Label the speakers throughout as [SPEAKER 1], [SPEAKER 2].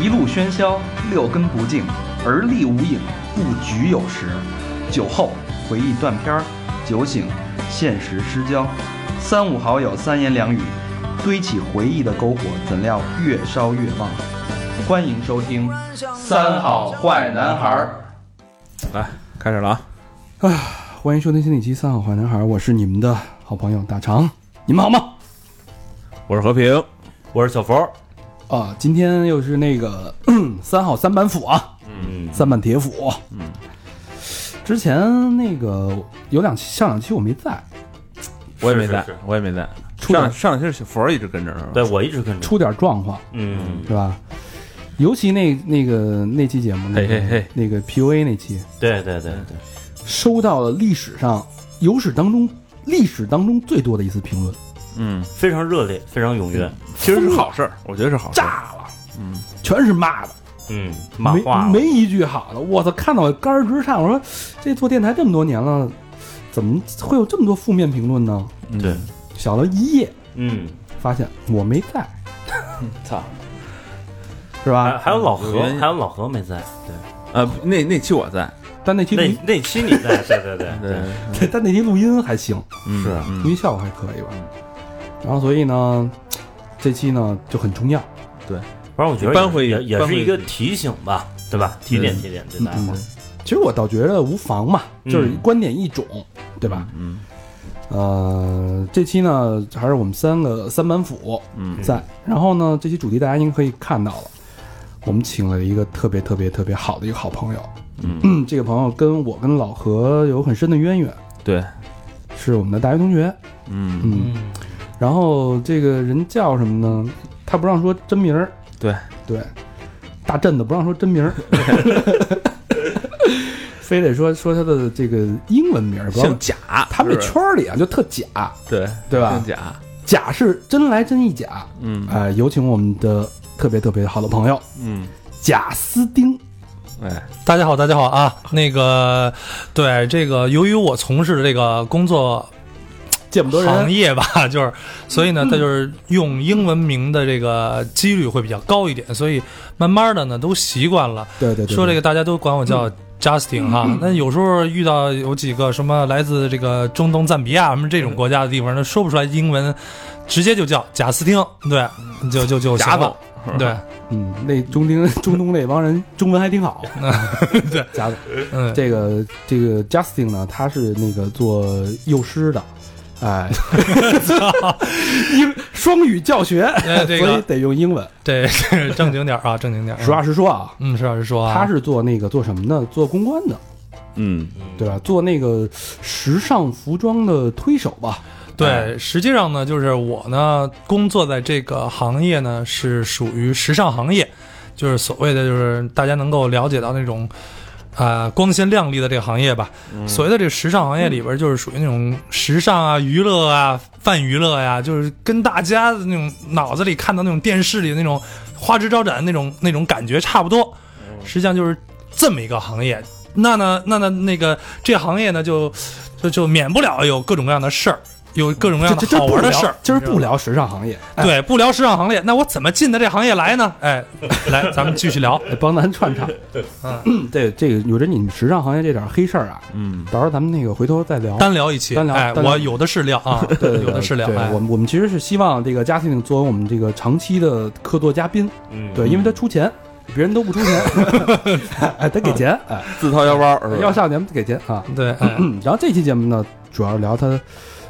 [SPEAKER 1] 一路喧嚣，六根不净，而立无影，不局有时。酒后回忆断片儿，酒醒现实失焦。三五好友三言两语，堆起回忆的篝火，怎料越烧越旺。欢迎收听《三好坏男孩儿
[SPEAKER 2] 来，开始了啊！
[SPEAKER 3] 欢迎收听新的一期《三好坏男孩》，我是你们的好朋友大肠，你们好吗？
[SPEAKER 2] 我是和平，我是小佛。
[SPEAKER 3] 啊，今天又是那个 三好三板斧啊，
[SPEAKER 2] 嗯，
[SPEAKER 3] 三板铁斧。嗯，之前那个有两期上两期我没在，
[SPEAKER 2] 嗯我也没在
[SPEAKER 4] 是是，
[SPEAKER 2] 我也没在。
[SPEAKER 3] 出
[SPEAKER 2] 上
[SPEAKER 3] 点
[SPEAKER 2] 上两期是佛儿一直跟着是吧？
[SPEAKER 4] 对，我一直跟着。
[SPEAKER 3] 出点状况，
[SPEAKER 4] 嗯，
[SPEAKER 3] 对吧？尤其那那个那期节目，那个
[SPEAKER 2] 嘿嘿嘿
[SPEAKER 3] 那个 PUA 那期，
[SPEAKER 4] 对对对对，
[SPEAKER 3] 收到了历史上有史当中历史当中最多的一次评论，
[SPEAKER 2] 嗯，
[SPEAKER 4] 非常热烈，非常踊跃。
[SPEAKER 2] 其实是好事儿，我觉得是好事儿。
[SPEAKER 3] 炸了，嗯，全是骂的。
[SPEAKER 4] 嗯，马化
[SPEAKER 3] 没没一句好的。我操，看到我肝儿直颤。我说这做电台这么多年了，怎么会有这么多负面评论呢？
[SPEAKER 2] 嗯
[SPEAKER 4] 对，
[SPEAKER 3] 小了一夜，
[SPEAKER 4] 嗯，
[SPEAKER 3] 发现我没在，
[SPEAKER 2] 操！啊
[SPEAKER 3] 是
[SPEAKER 4] 还
[SPEAKER 3] 吧？
[SPEAKER 4] 还有老
[SPEAKER 2] 有
[SPEAKER 4] 何
[SPEAKER 2] 原，因
[SPEAKER 4] 还有老何没在。
[SPEAKER 2] 呃，那那期我在，
[SPEAKER 3] 但那期录
[SPEAKER 4] 那
[SPEAKER 3] 音，
[SPEAKER 4] 那期你在，对对对
[SPEAKER 2] 对，
[SPEAKER 3] 但那期录音还行，
[SPEAKER 2] 嗯
[SPEAKER 4] 是
[SPEAKER 3] 录
[SPEAKER 2] 嗯
[SPEAKER 3] 音效果还可以吧。然后所以呢，这期呢就很重要。
[SPEAKER 4] 反正我觉得
[SPEAKER 2] 搬回
[SPEAKER 4] 也也
[SPEAKER 2] 搬
[SPEAKER 4] 是
[SPEAKER 2] 回
[SPEAKER 4] 一个提醒吧，对吧？提点提点对大
[SPEAKER 3] 嗯
[SPEAKER 4] 伙儿。
[SPEAKER 3] 其实我倒觉得无妨嘛，
[SPEAKER 4] 嗯
[SPEAKER 3] 就是观点一种，对吧？
[SPEAKER 2] 嗯
[SPEAKER 3] 呃，这期呢还是我们三个三板斧
[SPEAKER 2] 嗯
[SPEAKER 3] 在，然后呢这期主题大家应该可以看到了，我们请了一个特别特别特别好的一个好朋友，
[SPEAKER 2] 嗯，
[SPEAKER 3] 这个朋友跟我跟老何有很深的渊源，
[SPEAKER 2] 对，
[SPEAKER 3] 是我们的大学同学，
[SPEAKER 2] 嗯
[SPEAKER 3] 嗯，然后这个人叫什么呢？他不让说真名儿，
[SPEAKER 2] 对
[SPEAKER 3] 对，大镇子不让说真名儿， 非得说说他的这个英文名儿，不要
[SPEAKER 2] 姓贾，
[SPEAKER 3] 他们这
[SPEAKER 2] 是
[SPEAKER 3] 圈儿里啊就特假，
[SPEAKER 2] 对
[SPEAKER 3] 对吧
[SPEAKER 2] 姓贾，
[SPEAKER 3] 假是真来真亦假。
[SPEAKER 2] 嗯
[SPEAKER 3] 哎，有请我们的特别特别好的朋友
[SPEAKER 2] 嗯，
[SPEAKER 3] 贾斯汀。
[SPEAKER 2] 哎，
[SPEAKER 5] 大家好，大家好 啊！那个，对这个，由于我从事的这个工作
[SPEAKER 3] 见不得
[SPEAKER 5] 行
[SPEAKER 3] 人，
[SPEAKER 5] 业吧， 就是，所以呢，
[SPEAKER 3] 嗯
[SPEAKER 5] 他就是用英文名的这个几率会比较高一点，所以慢慢的呢都习惯了。
[SPEAKER 3] 对对对，嗯
[SPEAKER 5] 说这
[SPEAKER 3] 个
[SPEAKER 5] 个大家都管我叫 Justin 哈、那有时候遇到有几个什么来自这个中东赞比亚什么这种国家的地方，那说不出来英文，直接就叫贾斯汀，对，就就就
[SPEAKER 2] 贾
[SPEAKER 5] 行了
[SPEAKER 2] 总，，
[SPEAKER 5] 对，
[SPEAKER 3] 嗯，那中丁中东那帮人中文还挺好。对，贾总，
[SPEAKER 5] 嗯，
[SPEAKER 3] 这个这个 Justin 呢，他是那个做幼师的，哎，英双语教学，
[SPEAKER 5] 呃这个嗯
[SPEAKER 3] 所以得用英文。
[SPEAKER 5] 对， 是正经点儿啊，正经点儿啊。
[SPEAKER 3] 实话实说啊，
[SPEAKER 5] 嗯，实话实说啊，
[SPEAKER 3] 他是做那个做什么呢？做公关的，
[SPEAKER 2] 嗯，
[SPEAKER 3] 对吧？做那个时尚服装的推手吧。
[SPEAKER 5] 对，实际上呢，就是我呢工作在这个行业呢是属于时尚行业，就是所谓的就是大家能够了解到那种。啊、光鲜亮丽的这个行业吧，所谓的这个时尚行业里边，就是属于那种时尚啊、娱乐啊、泛娱乐呀、就是跟大家的那种脑子里看到那种电视里的那种花枝招展的那种那种感觉差不多。实际上就是这么一个行业。那呢，那呢，那个这行业呢，就就就免不了有各种各样的事儿，有各种各
[SPEAKER 3] 这
[SPEAKER 5] 样
[SPEAKER 3] 这
[SPEAKER 5] 的
[SPEAKER 3] 这
[SPEAKER 5] 哎好
[SPEAKER 3] 不
[SPEAKER 5] 玩的事
[SPEAKER 3] 聊
[SPEAKER 5] 儿，。
[SPEAKER 3] 今儿不聊时尚行业，哎
[SPEAKER 5] 对，不聊时尚行列，那我怎么进的这行业来呢？哎，来，咱们继 续聊。哎
[SPEAKER 3] 帮咱串场。嗯， 对，这个有着你们时尚行业这点黑事儿啊，
[SPEAKER 2] 嗯
[SPEAKER 3] 到时候咱们那个回头再聊。
[SPEAKER 5] 单聊一期，
[SPEAKER 3] 单聊
[SPEAKER 5] 哎，
[SPEAKER 3] 单聊
[SPEAKER 5] 我有的是料啊，
[SPEAKER 3] 对对
[SPEAKER 5] 有的是料
[SPEAKER 3] 对，。
[SPEAKER 5] 哎
[SPEAKER 3] 我，们我们其实是希望这个嘉庆作为我们这个长期的客座嘉宾，
[SPEAKER 4] 嗯，
[SPEAKER 3] 对，因为他出钱，别人都不出钱，哎，他给钱，哎，
[SPEAKER 2] 自掏腰包是吧
[SPEAKER 3] 要上节目给钱啊。
[SPEAKER 5] 对，哎
[SPEAKER 3] 嗯，然后这期节目呢，主要聊他，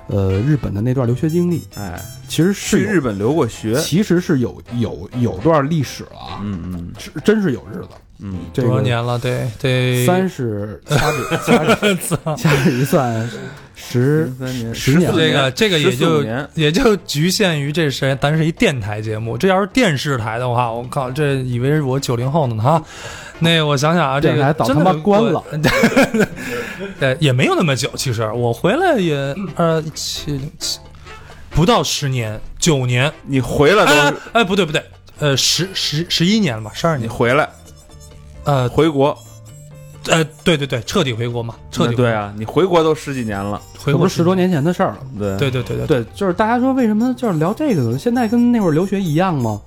[SPEAKER 3] 呃，日本的那段留学经历，
[SPEAKER 2] 哎，
[SPEAKER 3] 其实
[SPEAKER 2] 去
[SPEAKER 3] 是有
[SPEAKER 2] 日本留过学，
[SPEAKER 3] 其实是有有有段历史了啊，
[SPEAKER 2] 嗯嗯
[SPEAKER 3] 是真是有日子，
[SPEAKER 2] 嗯，
[SPEAKER 3] 这
[SPEAKER 5] 多
[SPEAKER 3] 个
[SPEAKER 5] 少年了？得得
[SPEAKER 3] 三十掐指掐指掐指一算，十
[SPEAKER 2] 三年
[SPEAKER 3] 十年
[SPEAKER 5] 这个这个也
[SPEAKER 2] 15
[SPEAKER 5] 就
[SPEAKER 2] 年
[SPEAKER 5] 也就局限于这是咱是一电台节目，这要是电视台的话，我靠，这以为是我九零后呢哈。那我想想啊，这
[SPEAKER 3] 电
[SPEAKER 5] 个
[SPEAKER 3] 台早
[SPEAKER 5] 真
[SPEAKER 3] 他
[SPEAKER 5] 的
[SPEAKER 3] 妈
[SPEAKER 5] 我
[SPEAKER 3] 关了，
[SPEAKER 5] 对，也没有那么久。其实我回来也
[SPEAKER 3] 嗯
[SPEAKER 5] 呃七七不到十年，九年。
[SPEAKER 2] 你回来
[SPEAKER 5] 哎
[SPEAKER 2] 都是，
[SPEAKER 5] 哎，不对不对，呃，十十十一年了吧，十二
[SPEAKER 2] 你
[SPEAKER 5] 年。
[SPEAKER 2] 回来
[SPEAKER 5] 呃，
[SPEAKER 2] 回国
[SPEAKER 5] 呃，对对对，彻底回国嘛，彻底
[SPEAKER 2] 那对啊，你回国都十几年了，
[SPEAKER 5] 回
[SPEAKER 3] 这不
[SPEAKER 5] 国
[SPEAKER 3] 是十多年前的事儿了。
[SPEAKER 2] 对
[SPEAKER 5] 对对对对对，
[SPEAKER 3] 对，就是大家说为什么就是聊这个呢？现在跟那会儿留学一样吗？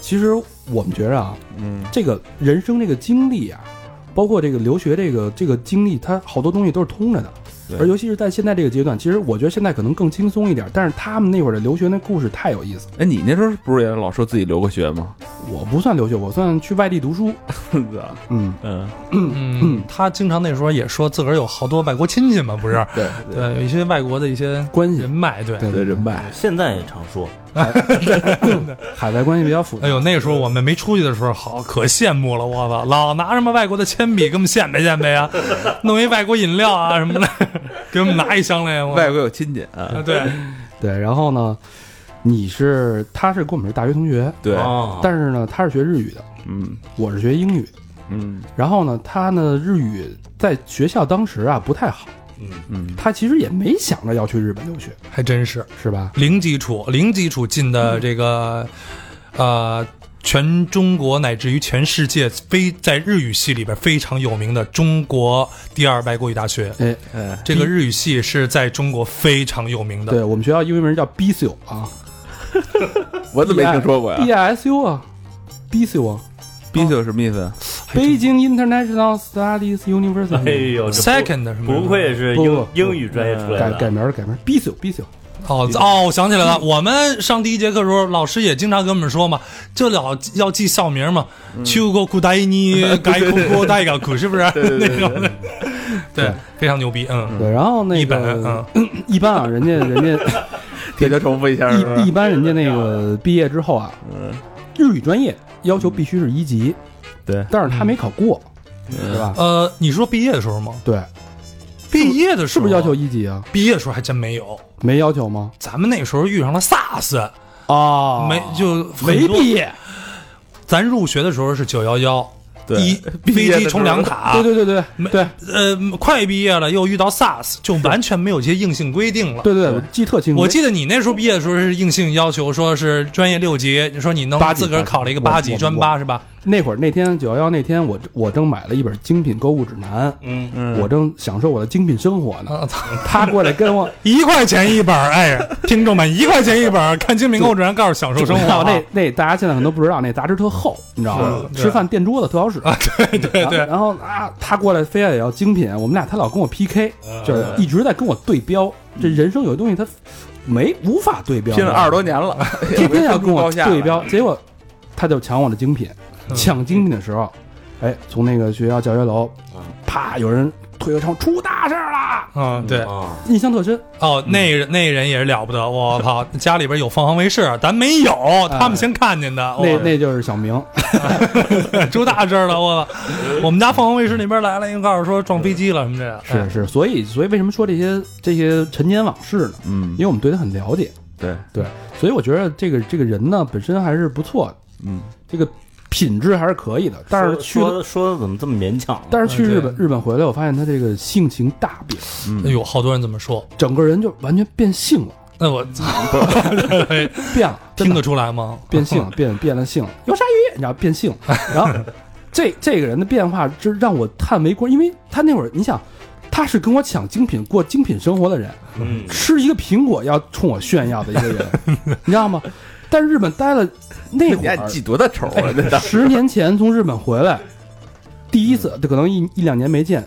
[SPEAKER 3] 其实我们觉着啊，
[SPEAKER 2] 嗯，
[SPEAKER 3] 这个人生这个经历啊，包括这个留学这个这个经历，它好多东西都是通着的
[SPEAKER 2] 对。
[SPEAKER 3] 而尤其是在现在这个阶段，其实我觉得现在可能更轻松一点，但是他们那会儿的留学那故事太有意思了。
[SPEAKER 2] 哎，你那时候不是也老说自己留过学吗？
[SPEAKER 3] 我不算留学，我算去外地读书。嗯，
[SPEAKER 2] 嗯，
[SPEAKER 5] 嗯，他经常那时候也说自个儿有好多外国亲戚嘛，不是？
[SPEAKER 2] 对
[SPEAKER 5] 对，有一些外国的一些
[SPEAKER 3] 关系
[SPEAKER 5] 人脉，对。
[SPEAKER 3] 对
[SPEAKER 2] 对，人脉，
[SPEAKER 4] 现在也常说，
[SPEAKER 3] 海外关系比较复杂。
[SPEAKER 5] 哎呦，那时候我们没出去的时候，好可羡慕了，我操，老拿什么外国的铅笔给我们显摆显摆呀，啊弄一外国饮料啊什么的， 给我们拿一箱来，我
[SPEAKER 2] 外国有亲戚啊，
[SPEAKER 5] 啊对，
[SPEAKER 3] 对，然后呢，你是他是跟我们是大学同学，
[SPEAKER 2] 对，啊
[SPEAKER 4] 哦
[SPEAKER 3] 但是呢他是学日语的，
[SPEAKER 2] 嗯
[SPEAKER 3] 我是学英语的。
[SPEAKER 2] 嗯
[SPEAKER 3] 然后呢，他呢日语在学校当时啊不太好，
[SPEAKER 2] 嗯，
[SPEAKER 3] 他其实也没想着要去日本留学，
[SPEAKER 5] 还真是
[SPEAKER 3] 是吧？
[SPEAKER 5] 零基础，零基础进的这个，呃，全中国乃至于全世界非在日语系里边非常有名的中国第二外国语大学，
[SPEAKER 3] 哎，
[SPEAKER 2] 哎，
[SPEAKER 5] 这个日语系是在中国非常有名的。
[SPEAKER 3] 对我们学校英文名叫 BSU 啊
[SPEAKER 2] 我怎么没听说
[SPEAKER 5] 哎
[SPEAKER 2] 过呀
[SPEAKER 3] ，BSU 啊，BSU 啊
[SPEAKER 2] ？B 有什么意思？
[SPEAKER 5] 哎
[SPEAKER 3] 北京 International Studies
[SPEAKER 4] 哎
[SPEAKER 3] University，
[SPEAKER 4] 呦这不
[SPEAKER 5] Second 什么？
[SPEAKER 4] 不愧是
[SPEAKER 3] 不嗯
[SPEAKER 4] 英
[SPEAKER 3] 不
[SPEAKER 4] 英语专业出来
[SPEAKER 3] 改改
[SPEAKER 4] 的，
[SPEAKER 3] 名儿改名儿 BSU BSU，
[SPEAKER 5] 哦哦，我想起来了，我们上第一节课的时候，老师也经常跟我们说嘛，就老要记校名嘛，秋国古代尼改古国代个古，是不是？ 那种，对，非常牛逼，嗯，
[SPEAKER 3] 对，然后那
[SPEAKER 5] 一本，
[SPEAKER 3] 个
[SPEAKER 5] 嗯，
[SPEAKER 3] 一般啊，人家人 家
[SPEAKER 2] 给他重复一下是吧
[SPEAKER 3] 一一般人家那个毕业之后啊，
[SPEAKER 5] 嗯
[SPEAKER 3] 日语专业要求必须是一级，
[SPEAKER 2] 对，
[SPEAKER 3] 但是他没考过，对吧？
[SPEAKER 5] 呃，你说毕业的时候吗？
[SPEAKER 3] 对，
[SPEAKER 5] 毕业的时
[SPEAKER 3] 是
[SPEAKER 5] 候
[SPEAKER 3] 不是要求？一级啊？
[SPEAKER 5] 毕业的时候还真没有，
[SPEAKER 3] 没要求吗？
[SPEAKER 5] 咱们那时候遇上了 SARS，
[SPEAKER 3] 啊
[SPEAKER 5] 没就
[SPEAKER 3] 没
[SPEAKER 5] 很多
[SPEAKER 3] 毕。业，
[SPEAKER 5] 咱入学的时候是九幺幺，
[SPEAKER 2] 对
[SPEAKER 5] 一
[SPEAKER 2] 毕
[SPEAKER 5] 飞
[SPEAKER 2] 业的
[SPEAKER 5] 机
[SPEAKER 2] 时
[SPEAKER 5] 冲
[SPEAKER 2] 候
[SPEAKER 5] 两卡，
[SPEAKER 3] 对对对对
[SPEAKER 5] 没
[SPEAKER 3] 对对
[SPEAKER 5] 呃，快毕业了又遇到 SARS，就完全没有一些硬性规定了。
[SPEAKER 3] 对对，我记特清楚。
[SPEAKER 5] 我记得你那时候毕业的时候是硬性要求，说是专业六级，你说你能
[SPEAKER 3] 八级
[SPEAKER 5] 自个儿考了一个八级
[SPEAKER 3] 我
[SPEAKER 5] 专八是吧？
[SPEAKER 3] 那会儿那天九幺幺那天，我我正买了一本精品购物指南，
[SPEAKER 5] 嗯，
[SPEAKER 2] 嗯
[SPEAKER 3] 我正享受我的精品生活呢。
[SPEAKER 5] 啊操，
[SPEAKER 3] 他过来 跟我，
[SPEAKER 5] 一块钱一本儿，哎，听众们，一块钱一本儿，看《精品购物指南》，告诉享受生活啊。
[SPEAKER 3] 那那大家现在可能都不知道，那杂志特厚，你知道吗？
[SPEAKER 5] 是对啊
[SPEAKER 3] 吃饭垫桌子特好使。
[SPEAKER 5] 对对对，
[SPEAKER 3] 然后啊，他过来非要也要精品，我们俩他老跟我 PK，就是
[SPEAKER 5] 嗯
[SPEAKER 3] 一直在跟我对标。这人生有些东西他没无法对标，
[SPEAKER 2] 拼了二十多年了，
[SPEAKER 3] 天天要跟我
[SPEAKER 2] 也没分出高下来
[SPEAKER 3] 对标，结果他就抢我的精品，
[SPEAKER 5] 嗯
[SPEAKER 3] 抢精品的时候，哎，从那个学校教学楼，啪，有人推个窗，出大事儿啦！
[SPEAKER 5] 嗯对，
[SPEAKER 4] 啊，
[SPEAKER 3] 印象特深，
[SPEAKER 5] 哦，
[SPEAKER 3] 嗯
[SPEAKER 5] 那人那人也是了不得，我靠，家里边有凤凰卫视，啊咱没有，他们先看见的。
[SPEAKER 3] 哎那
[SPEAKER 5] 我
[SPEAKER 3] 那就是小明，
[SPEAKER 5] 出大事儿了，我操！我们家凤凰卫视那边来了一个告诉说撞飞机了什么哎的，
[SPEAKER 3] 是是，所以所以为什么说这些这些陈年往事呢？
[SPEAKER 2] 嗯
[SPEAKER 3] 因，为我们对他很了解，
[SPEAKER 2] 对，
[SPEAKER 3] 对，所以我觉得这个这个人呢本身还是不错的，
[SPEAKER 2] 嗯，
[SPEAKER 3] 这个品质还是可以的，但是去
[SPEAKER 4] 说说说的怎么这么勉强啊？
[SPEAKER 3] 但是去
[SPEAKER 5] 嗯对
[SPEAKER 3] 日本日本回来，我发现他这个性情大变，
[SPEAKER 5] 哎呦，好多人这么说，
[SPEAKER 3] 整个人就完全变性了，
[SPEAKER 5] 那我
[SPEAKER 3] 变了，真
[SPEAKER 5] 听
[SPEAKER 3] 的
[SPEAKER 5] 得出来吗？
[SPEAKER 3] 嗯 变性了，变变了性了，有鲨鱼，你知道变性，然后这这个人的变化，就是让我叹为观，因为他那会儿，你想，他是跟我抢精品过精品生活的人，
[SPEAKER 4] 嗯，
[SPEAKER 3] 吃一个苹果要冲我炫耀的一个人，你知道吗？但日本 待了那
[SPEAKER 2] 你
[SPEAKER 3] 会
[SPEAKER 2] 还
[SPEAKER 3] 儿
[SPEAKER 2] 记多大仇啊？ 这
[SPEAKER 3] 十年前从日本回来，第一次可能一一两年没见，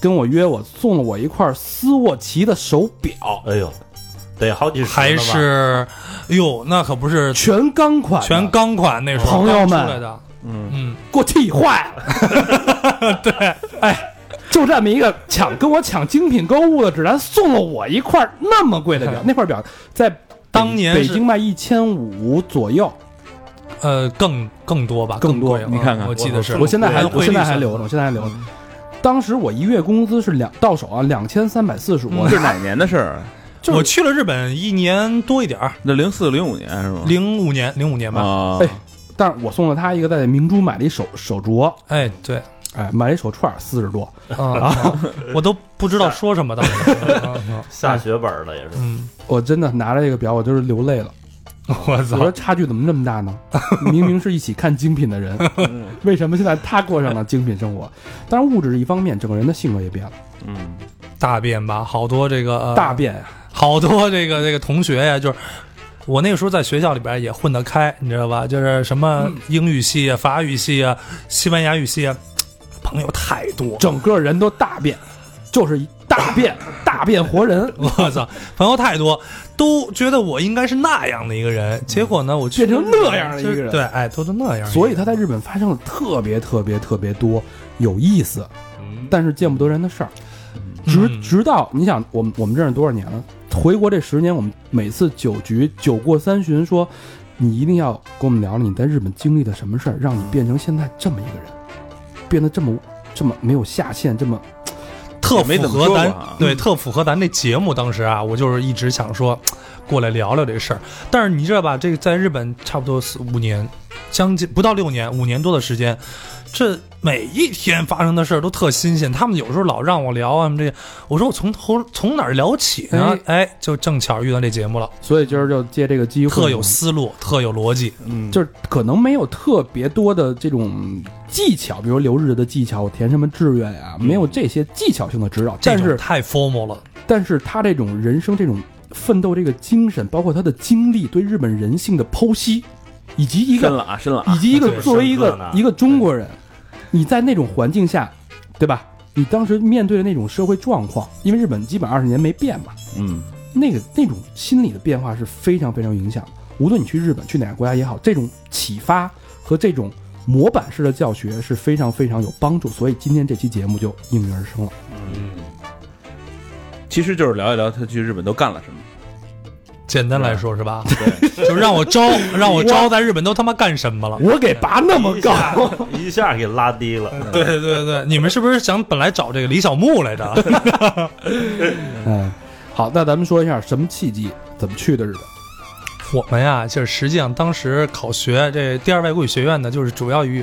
[SPEAKER 3] 跟我约我送了我一块斯沃琪的手表，
[SPEAKER 4] 哎呦，得好几十
[SPEAKER 5] 还
[SPEAKER 4] 了吧
[SPEAKER 5] 是，哟，那可不是
[SPEAKER 3] 全钢款的，
[SPEAKER 5] 全钢款那时候
[SPEAKER 3] 朋友
[SPEAKER 5] 刚
[SPEAKER 3] 们
[SPEAKER 5] 出来的，嗯
[SPEAKER 3] 给我气坏了。对， 哎，就这么一个抢跟我抢精品购物的指南，送了我一块那么贵的 表，那块表在北
[SPEAKER 5] 当年
[SPEAKER 3] 北
[SPEAKER 5] 是
[SPEAKER 3] 京卖一千五左右，
[SPEAKER 5] 嗯，呃，更更多吧，
[SPEAKER 3] 更多
[SPEAKER 5] 贵了嗯
[SPEAKER 2] 你看看
[SPEAKER 5] 我记得是，
[SPEAKER 3] 我现在还
[SPEAKER 5] 汇率嗯
[SPEAKER 3] 我现在还
[SPEAKER 5] 上
[SPEAKER 3] 留着，我现在还留着。当时我一月工资是两到手啊，两千三百四十五
[SPEAKER 5] 嗯，
[SPEAKER 2] 是哪年的事儿？啊
[SPEAKER 3] 就是
[SPEAKER 5] 我去了日本一年多一点儿，
[SPEAKER 2] 那零四零五年是吗？
[SPEAKER 5] 零五年零五年吧，
[SPEAKER 2] 啊，
[SPEAKER 3] 哎但是我送了他一个在明珠买了一手手镯，
[SPEAKER 5] 哎，对，
[SPEAKER 3] 哎，买了一手串四十多，
[SPEAKER 5] 啊， 我都不知道说 什么当时，
[SPEAKER 4] 下血本了也是，
[SPEAKER 5] 嗯，
[SPEAKER 3] 我真的拿着这个表，我就是流泪了。
[SPEAKER 5] 我
[SPEAKER 3] 我
[SPEAKER 5] 操
[SPEAKER 3] 说，差距怎么这么大呢？ 明明是一起看精品的人，为什么现在他过上了精品生活？当然，物质是一方面，整个人的性格也变了，
[SPEAKER 2] 嗯，
[SPEAKER 5] 大变吧，好多这个、呃
[SPEAKER 3] 大变呀。
[SPEAKER 5] 好多这个这个同学呀，就是我那个时候在学校里边也混得开，你知道吧？就是什
[SPEAKER 3] 嗯
[SPEAKER 5] 么英语系啊、法语系啊、西班牙语系啊，朋友太多。
[SPEAKER 3] 整个人都大变，就是一大变，大变活人，
[SPEAKER 5] 我操，朋友太多，都觉得我应该是那样的一个人，结果呢，我
[SPEAKER 3] 变成那样的一个人
[SPEAKER 5] 就是对，哎，都是那样。
[SPEAKER 3] 所以他在日本发生了特别特别特别多有意思，但是见不得人的事儿。直
[SPEAKER 5] 嗯
[SPEAKER 3] 直到你想，我们我们认识多少年了？回国这十年，我们每次酒局酒过三巡说，你一定要跟我们聊聊你在日本经历的什么事儿，让你变成现在这么一个人，变得这么这么没有下限，这么
[SPEAKER 5] 特
[SPEAKER 2] 没
[SPEAKER 5] 符
[SPEAKER 2] 怎么
[SPEAKER 5] 合
[SPEAKER 2] 说
[SPEAKER 5] 咱
[SPEAKER 2] 过啊
[SPEAKER 5] 对，特符合咱这节目。当时啊，我就是一直想说，过来聊聊这事儿。但是你知道吧，这个在日本差不多四五年，将近不到六年，五年多的时间，这每一天发生的事儿都特新鲜。他们有时候老让我聊啊什么这些，我说我从头从哪儿聊起呢？哎就正巧遇到这节目了，
[SPEAKER 3] 所以今儿就借这个机会，嗯
[SPEAKER 5] 特有思路，特有逻辑。
[SPEAKER 2] 嗯
[SPEAKER 3] 就是可能没有特别多的这种技巧，比如留日的技巧，我填什么志愿呀、没有这些技巧性的指导。
[SPEAKER 5] 嗯这
[SPEAKER 3] 但
[SPEAKER 5] 种
[SPEAKER 3] 是，
[SPEAKER 5] 太 formal 了，
[SPEAKER 3] 但是他这种人生这种奋斗这个精神，包括他的经历对日本人性的剖析，以及一
[SPEAKER 2] 深
[SPEAKER 3] 个
[SPEAKER 2] 了啊，深了啊
[SPEAKER 3] 以，及一个
[SPEAKER 4] 对
[SPEAKER 3] 作为一
[SPEAKER 4] 深刻
[SPEAKER 3] 个
[SPEAKER 4] 呢
[SPEAKER 3] 一个中国人，你在那种环境下，对吧？你当时面对的那种社会状况，因为日本基本二十年没变嘛，
[SPEAKER 2] 嗯，
[SPEAKER 3] 那个那种心理的变化是非常非常有影响的。无论你去日本去哪个国家也好，这种启发和这种模板式的教学是非常非常有帮助。所以今天这期节目就应运而生了。
[SPEAKER 2] 其实就是聊一聊他去日本都干了什么。
[SPEAKER 5] 简单来说是吧？对， 就让我招，让我招，在日本都他妈干什么了？嗯
[SPEAKER 3] 我给拔那么高，
[SPEAKER 4] 一下给拉低了。
[SPEAKER 5] 对对对对，你们是不是想本来找这个李小牧 来着？
[SPEAKER 3] 嗯，好，那咱们说一下什么契机，怎么去的日本？
[SPEAKER 5] 我们呀，就是实际上当时考学这第二外国语学院呢，就是主要以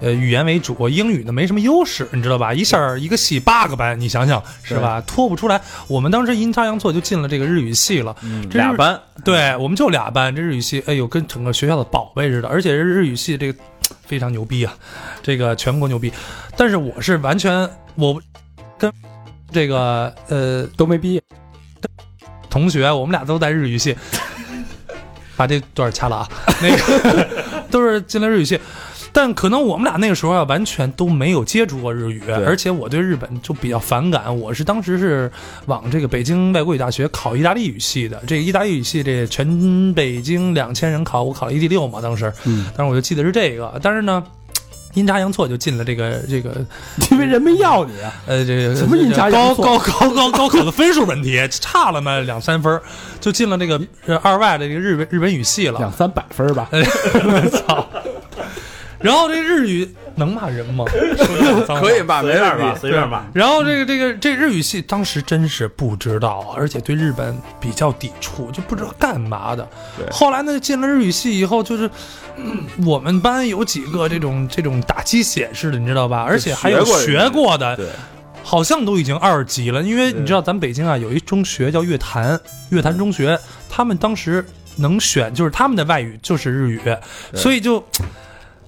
[SPEAKER 5] 呃语言为主，英语呢没什么优势，你知道吧？
[SPEAKER 2] 嗯
[SPEAKER 5] 一下儿一个系八个班，你想想是吧？拖不出来。我们当时阴差阳错就进了这个日语系了，
[SPEAKER 2] 嗯
[SPEAKER 5] 这
[SPEAKER 2] 俩
[SPEAKER 5] 是
[SPEAKER 2] 班，
[SPEAKER 5] 对我们就俩班，这日语系，哎呦，跟整个学校的宝贝似的，而且日语系这个非常牛逼啊，这个全国牛逼。但是我是完全我跟这个呃
[SPEAKER 3] 都没毕业，
[SPEAKER 5] 同学，我们俩都在日语系， 把这段掐了啊。 那个都是进了日语系，但可能我们俩那个时候啊，完全都没有接触过日语，而且我对日本就比较反感。我是当时是往这个北京外国语大学考意大利语系的，这个意大利语系这全北京两千人考，我考了一第六嘛，当时，
[SPEAKER 3] 嗯，
[SPEAKER 5] 当时我就记得是这个，但是呢。阴差阳错就进了这个这个
[SPEAKER 3] 因为人没要你啊。
[SPEAKER 5] 呃，这个
[SPEAKER 3] 什么阴差
[SPEAKER 5] 高
[SPEAKER 3] 阳错
[SPEAKER 5] 高高高高考的分数问题，差了嘛两三分儿，就进了这个呃二外的这个日本日本语系 了
[SPEAKER 3] 两。三百分儿吧，
[SPEAKER 5] 操！然后这日语能骂人吗？说脏话
[SPEAKER 2] 可以。吧？啊没
[SPEAKER 4] 随
[SPEAKER 2] 事
[SPEAKER 4] 便吧，
[SPEAKER 2] 吧？
[SPEAKER 4] 随便吧。
[SPEAKER 5] 然后这个这个这日语系当时真是不知道，而且对日本比较抵触，就不知道干嘛的。
[SPEAKER 2] 对
[SPEAKER 5] 后来呢，进了日语系以后，就是、嗯我们班有几个这种这种打鸡血似的，你知道吧？而且还
[SPEAKER 2] 学
[SPEAKER 5] 有
[SPEAKER 2] 过日语
[SPEAKER 5] 学过的，
[SPEAKER 2] 对，
[SPEAKER 5] 好像都已经二级了，因为你知道咱们北京啊有一中学叫乐坛，乐坛中学，他们当时能选就是他们的外语就是日语，
[SPEAKER 2] 对
[SPEAKER 5] 所以就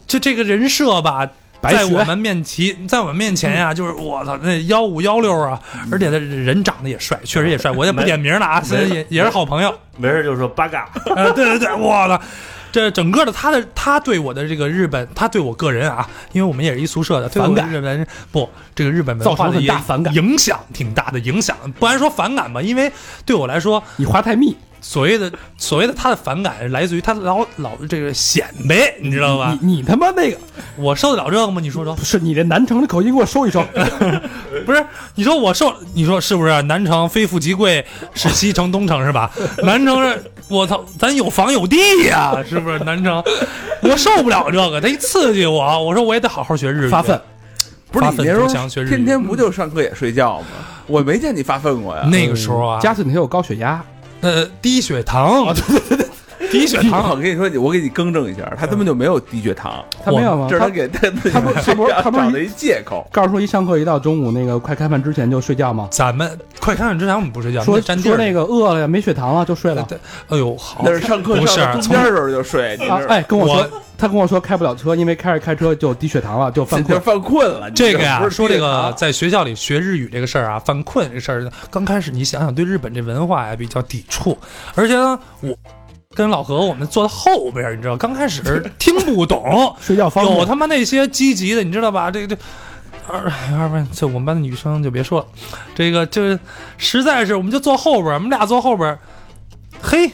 [SPEAKER 5] 就这个人设吧。
[SPEAKER 3] 白
[SPEAKER 5] 在
[SPEAKER 3] 学
[SPEAKER 5] 我们面前，在我们面前呀、就是我操，那幺五幺六啊，而且他人长得也帅，确实也帅，我也不
[SPEAKER 4] 没
[SPEAKER 5] 点名了啊，虽然也也是好朋友。
[SPEAKER 4] 没事就说八嘎，
[SPEAKER 5] 呃，对对对，我的，这整个的他的他对我的这个日本，他对我个人啊，因为我们也是一宿舍的，对我
[SPEAKER 3] 反
[SPEAKER 5] 的
[SPEAKER 3] 感
[SPEAKER 5] 日本不，这个日本文
[SPEAKER 3] 造
[SPEAKER 5] 化
[SPEAKER 3] 成
[SPEAKER 5] 的
[SPEAKER 3] 很大
[SPEAKER 5] 影
[SPEAKER 3] 反感
[SPEAKER 5] 影响挺大的影响。不然说反感吧，因为对我来说，
[SPEAKER 3] 你花太密，
[SPEAKER 5] 所谓的所谓的他的反感来自于他老老这个显摆，你 知道吧？
[SPEAKER 3] 你你他妈那个
[SPEAKER 5] 我受得了这个吗？你说说
[SPEAKER 3] 不，是你这南城的口音，给我收一 收。
[SPEAKER 5] 不是？你说我受，你说是不是？南城非富即贵，是西城东城 是吧？南城是，我操，咱有房有地呀、是不是？南城，我受不了这个，他一刺激我，我说我也得好好学日语，
[SPEAKER 3] 发奋。
[SPEAKER 2] 不是
[SPEAKER 5] 发
[SPEAKER 2] 你
[SPEAKER 5] 愤
[SPEAKER 2] 那时
[SPEAKER 5] 图
[SPEAKER 2] 候
[SPEAKER 5] 强学日语
[SPEAKER 2] 天天不就上课也睡觉吗？我没见你发奋过呀。
[SPEAKER 5] 那个时候
[SPEAKER 3] 嗯
[SPEAKER 5] 啊，
[SPEAKER 3] 加斯哦你还有高血压，
[SPEAKER 5] 呃低血糖，低 血
[SPEAKER 2] 我
[SPEAKER 5] 糖，
[SPEAKER 2] 跟你说，我给你更正一下，他根本就没有低血糖，
[SPEAKER 3] 他没有吗？
[SPEAKER 2] 这是
[SPEAKER 3] 嗯他
[SPEAKER 2] 他给他自己
[SPEAKER 3] 他不他不是他不是
[SPEAKER 2] 找的一借口。
[SPEAKER 3] 告诉说一上课一到中午那个快开饭之前就睡觉吗？
[SPEAKER 5] 咱们快看看之前我们不睡觉，
[SPEAKER 3] 说
[SPEAKER 5] 你得占地
[SPEAKER 3] 说
[SPEAKER 5] 儿。
[SPEAKER 3] 那个饿了呀，没血糖了就睡 了。
[SPEAKER 5] 对，哎呦，好
[SPEAKER 2] 那，是上课
[SPEAKER 5] 不是
[SPEAKER 2] 上到中间的时候就睡，你
[SPEAKER 3] 哦啊
[SPEAKER 2] 是，
[SPEAKER 3] 哎，跟我说
[SPEAKER 5] 我，
[SPEAKER 3] 他跟我说开不了车，因为开着开车就低血糖了，就犯
[SPEAKER 2] 就
[SPEAKER 3] 困。
[SPEAKER 2] 犯困了。你
[SPEAKER 5] 这个呀
[SPEAKER 2] 不，是
[SPEAKER 5] 说这个
[SPEAKER 2] 啊
[SPEAKER 5] 在学校里学日语这个事儿啊，犯困这事儿，刚开始你想想对日本这文化呀比较抵触，而且呢，我跟老何我们坐在后边儿，你知道，刚开始听不懂，
[SPEAKER 3] 睡觉方
[SPEAKER 5] 有
[SPEAKER 3] 便，
[SPEAKER 5] 他妈那些积极的，你知道吧？这这。二二班，就我们班的女生就别说了，这个就是实在是，我们就坐后边儿，我们俩坐后边儿，嘿，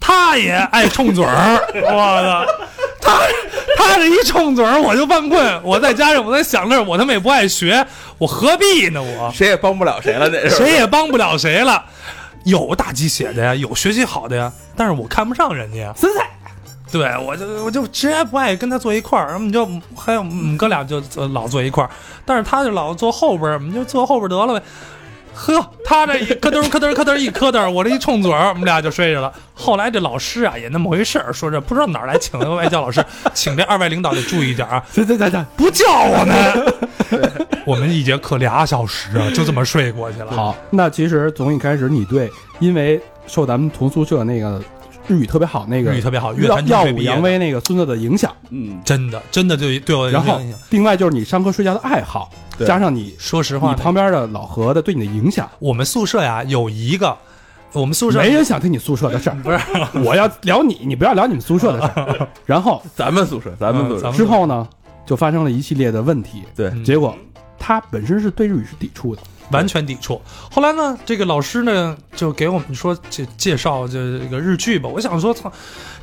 [SPEAKER 5] 他也爱冲嘴儿， 我操，他他这一冲嘴儿我就犯困，我再加上我在想着我他妈也不爱学，我何必呢我？
[SPEAKER 2] 谁也帮不了谁了， 那是
[SPEAKER 5] 谁也帮不了谁了。有大鸡血的呀，有学习好的呀，但是我看不上人家呀。
[SPEAKER 3] 酸菜
[SPEAKER 5] 对我就我就直接不爱跟他坐一块儿，我们就还有我们哥俩就呃老坐一块儿，但是他就老坐后边儿，我们就坐后边儿得了呗。呵，他这一咯噔咯噔咯噔一咯噔，我这一冲嘴儿，我们俩就睡着了。后来这老师啊也那么回事儿，说这不知道哪儿来请了个外教老师，请这二外领导得注意点儿啊，
[SPEAKER 3] 这这这这
[SPEAKER 5] 不叫我们。我们 一节课俩小时啊，就这么睡过去了。
[SPEAKER 3] 好。那其实从一开始，你对因为受咱们同宿舍那个日语特别好那个
[SPEAKER 5] 日语特别好，乐
[SPEAKER 3] 耀
[SPEAKER 5] 坛
[SPEAKER 3] 耀
[SPEAKER 5] 中学
[SPEAKER 3] 武
[SPEAKER 5] 毕业
[SPEAKER 3] 扬
[SPEAKER 5] 的，
[SPEAKER 3] 威那个孙子的影响，
[SPEAKER 2] 嗯，
[SPEAKER 5] 真的真的对对我有
[SPEAKER 3] 然后
[SPEAKER 5] 影响。
[SPEAKER 3] 另外就是你上课睡觉的爱好，
[SPEAKER 2] 对
[SPEAKER 3] 加上你
[SPEAKER 5] 说实话
[SPEAKER 3] 你
[SPEAKER 5] 呢，
[SPEAKER 3] 旁边的老何的对你的影响，
[SPEAKER 5] 我们宿舍呀有一个，我们宿舍
[SPEAKER 3] 没人想听你宿舍的事儿。
[SPEAKER 5] 不是
[SPEAKER 3] 我要聊你，你不要聊你们宿舍的事 儿。然后
[SPEAKER 2] 咱们宿舍，咱们宿
[SPEAKER 5] 嗯咱
[SPEAKER 2] 舍，
[SPEAKER 5] 们
[SPEAKER 3] 之后呢，就发生了一系列的问题，
[SPEAKER 2] 对，哦
[SPEAKER 5] 嗯
[SPEAKER 3] 结果他本身是对日语是抵触的，
[SPEAKER 5] 完全抵触。后来呢，这个老师呢就给我们说介介绍这这个日剧吧。我想说，操，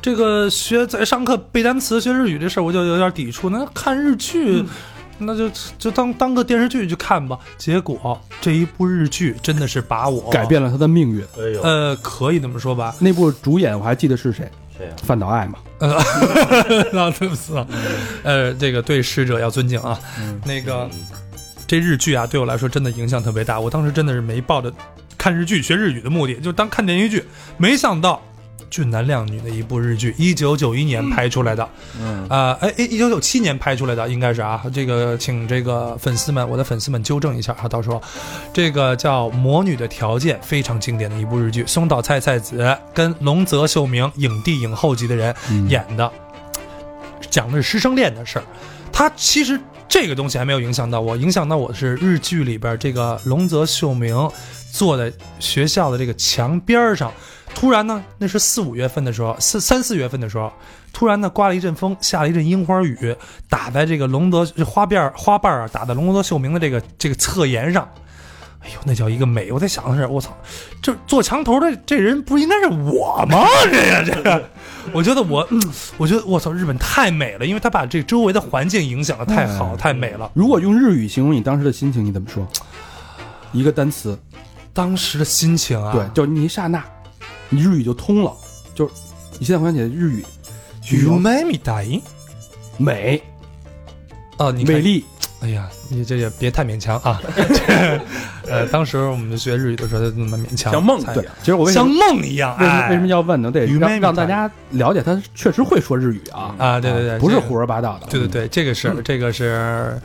[SPEAKER 5] 这个学在上课背单词、学日语这事儿，我就有点抵触。那看日剧。
[SPEAKER 3] 嗯
[SPEAKER 5] 那就就当当个电视剧去看吧。结果这一部日剧真的是把我
[SPEAKER 3] 改，变了他的命运。
[SPEAKER 4] 哎呦，
[SPEAKER 5] 呃，可以这么说吧。
[SPEAKER 3] 那部主演我还记得是谁，
[SPEAKER 4] 谁呀？
[SPEAKER 3] 范岛爱嘛，
[SPEAKER 5] 呃，那对不起啊，呃，这个对逝者要尊敬啊。
[SPEAKER 3] 嗯
[SPEAKER 5] 那个
[SPEAKER 4] 嗯
[SPEAKER 5] 这日剧啊，对我来说真的影响特别大。我当时真的是没抱着看日剧学日语的目的，就当看连续剧。没想到俊男靓女的一部日剧，一九九一年拍出来的，
[SPEAKER 2] 嗯，
[SPEAKER 5] 啊、哎哎，一九九七年拍出来的应该是啊，这个请这个粉丝们，我的粉丝们纠正一下啊，到时候这个叫《魔女的条件》，非常经典的一部日剧，松岛菜菜子跟龙泽秀明影帝影后级的人
[SPEAKER 1] 嗯
[SPEAKER 5] 演的，讲的是师生恋的事儿。他其实这个东西还没有影响到我，影响到我的是日剧里边这个龙泽秀明坐在学校的这个墙边儿上，突然呢，那是四五月份的时候，四三四月份的时候，突然呢刮了一阵风，下了一阵樱花雨，打在这个龙德这花瓣儿花瓣儿啊，打在龙德秀明的这个这个侧沿上。哎呦，那叫一个美！我在想的是，我操，这坐墙头的这人不应该是我吗？ 这个这个，我觉得我，嗯我觉得我操，日本太美了，因为他把这周围的环境影响的太
[SPEAKER 3] 嗯
[SPEAKER 5] 好、太美了。
[SPEAKER 3] 如果用日语形容你当时的心情，你怎么 说？一个单词，
[SPEAKER 5] 当时的心情啊，
[SPEAKER 3] 对，就是你一刹那，你日语就通了，就是你现在回想起来日语，
[SPEAKER 5] ，You make me die
[SPEAKER 3] 美
[SPEAKER 5] 啊，你看
[SPEAKER 3] 美丽，
[SPEAKER 5] 哎呀，你这也别太勉强啊。 呃，当时我们就学日语的时候，就那么勉强，
[SPEAKER 2] 像梦
[SPEAKER 5] 才
[SPEAKER 2] 对
[SPEAKER 3] 对，其实我为什
[SPEAKER 5] 像
[SPEAKER 3] 么
[SPEAKER 5] 梦一样。
[SPEAKER 3] 为什么
[SPEAKER 5] 哎
[SPEAKER 3] 为什么要问呢？得
[SPEAKER 5] 愚昧
[SPEAKER 3] 让
[SPEAKER 5] 嘛
[SPEAKER 3] 让大家了解他确实会说日语啊，
[SPEAKER 5] 啊？对对对，
[SPEAKER 3] 不是嗯
[SPEAKER 5] 这个
[SPEAKER 3] 胡说八道的。
[SPEAKER 5] 对对对，这个是这个是，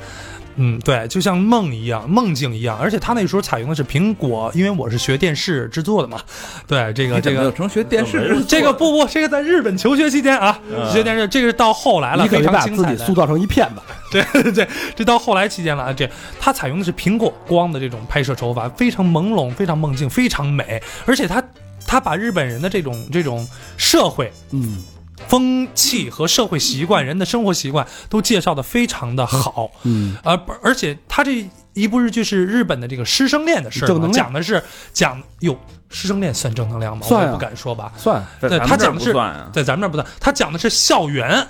[SPEAKER 5] 嗯，对，就像梦一样，梦境一样。而且他那时候采用的是苹果，因为我是学电视制作的嘛。对，这个
[SPEAKER 2] 你怎
[SPEAKER 5] 这
[SPEAKER 2] 么又
[SPEAKER 5] 个。
[SPEAKER 2] 成学电视制作
[SPEAKER 5] 这个不不，这个在日本求学期间啊，学电视，这个是到后来了，
[SPEAKER 3] 嗯你可
[SPEAKER 5] 非
[SPEAKER 3] 别
[SPEAKER 5] 常
[SPEAKER 3] 把
[SPEAKER 5] 精
[SPEAKER 3] 自
[SPEAKER 5] 彩
[SPEAKER 3] 己
[SPEAKER 5] 的
[SPEAKER 3] 塑造成一骗子。
[SPEAKER 5] 对对，这到后来期间了啊，这它采用的是苹果光的这种拍摄手法，非常朦胧，非常梦境，非常美，而且它它把日本人的这种这种社会
[SPEAKER 3] 嗯
[SPEAKER 5] 风气和社会习惯、人的生活习惯都介绍的非常的好，
[SPEAKER 3] 嗯，
[SPEAKER 5] 而不而且它这一部日剧是日本的这个师生恋的事儿嘛，
[SPEAKER 3] 正能量
[SPEAKER 5] 讲的是讲哟，师生恋算正能量吗？
[SPEAKER 3] 算啊
[SPEAKER 5] 我也不敢说吧，
[SPEAKER 3] 算
[SPEAKER 2] 在
[SPEAKER 5] 对
[SPEAKER 2] 咱
[SPEAKER 5] 他
[SPEAKER 2] 们这儿
[SPEAKER 5] 讲的
[SPEAKER 2] 不
[SPEAKER 5] 是
[SPEAKER 2] 算啊，
[SPEAKER 5] 在咱们这儿不算，他讲的是校园。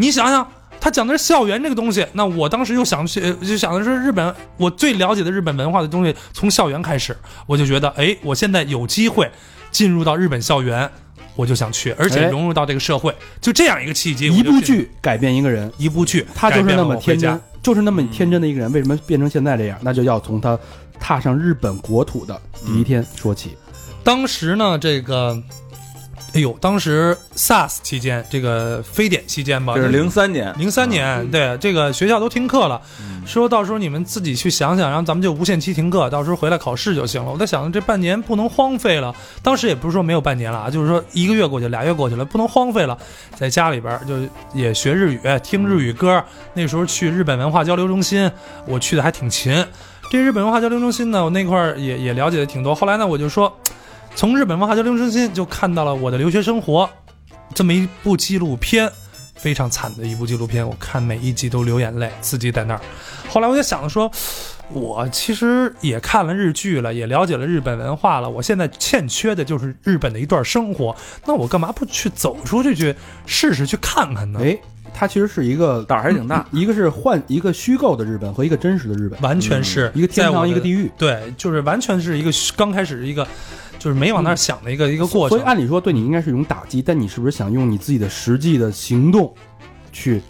[SPEAKER 5] 你想想，他讲的是校园这个东西，那我当时又想去，呃就想的是日本，我最了解的日本文化的东西从校园开始，我就觉得，哎，我现在有机会进入到日本校园，我就想去，而且
[SPEAKER 3] 哎
[SPEAKER 5] 融入到这个社会，就这样一个契机。
[SPEAKER 3] 一
[SPEAKER 5] 我就
[SPEAKER 3] 部
[SPEAKER 5] 进入，
[SPEAKER 3] 剧改变一个人，
[SPEAKER 5] 一部剧，
[SPEAKER 3] 他就是那
[SPEAKER 5] 改变了
[SPEAKER 3] 么
[SPEAKER 5] 我回
[SPEAKER 3] 天
[SPEAKER 5] 家
[SPEAKER 3] 真，就是那么天真的一个人，为什么变成现在这样？那就要从他踏上日本国土的第一天说起。
[SPEAKER 5] 当时呢，这个哎哎呦，当时 SARS 期间，这个非典期间吧，
[SPEAKER 2] 这是零三年，
[SPEAKER 5] 零三年，对，这个学校都停课了，说到时候你们自己去想想，然后咱们就无限期停课，到时候回来考试就行了。我在想，这半年不能荒废了。当时也不是说没有半年了啊，就是说一个月过去，俩月过去了，不能荒废了。在家里边儿就也学日语，听日语歌。那时候去日本文化交流中心，我去的还挺勤。这日本文化交流中心呢，我那块儿也也了解的挺多。后来呢，我就说，从日本文化交流中心就看到了我的留学生活这么一部纪录片，非常惨的一部纪录片，我看每一集都流眼泪，自己在那儿。后来我就想着说，我其实也看了日剧了，也了解了日本文化了，我现在欠缺的就是日本的一段生活，那我干嘛不去走出去去试试去看看呢？
[SPEAKER 3] 哎，它其实是一个嗯
[SPEAKER 2] 胆儿还挺大。
[SPEAKER 3] 一个是幻一个虚构的日本和一个真实的日本，
[SPEAKER 5] 完全是
[SPEAKER 3] 一个天
[SPEAKER 5] 在我
[SPEAKER 3] 堂
[SPEAKER 5] 的
[SPEAKER 3] 一个地狱。
[SPEAKER 5] 对，就是完全是一个虚刚开始一个，就是没往那儿想的一个、一个
[SPEAKER 3] 嗯
[SPEAKER 5] 过
[SPEAKER 3] 所
[SPEAKER 5] 程
[SPEAKER 3] 以。按理说对你应该是一种打击，但你是不是想用你自己的实际的行动去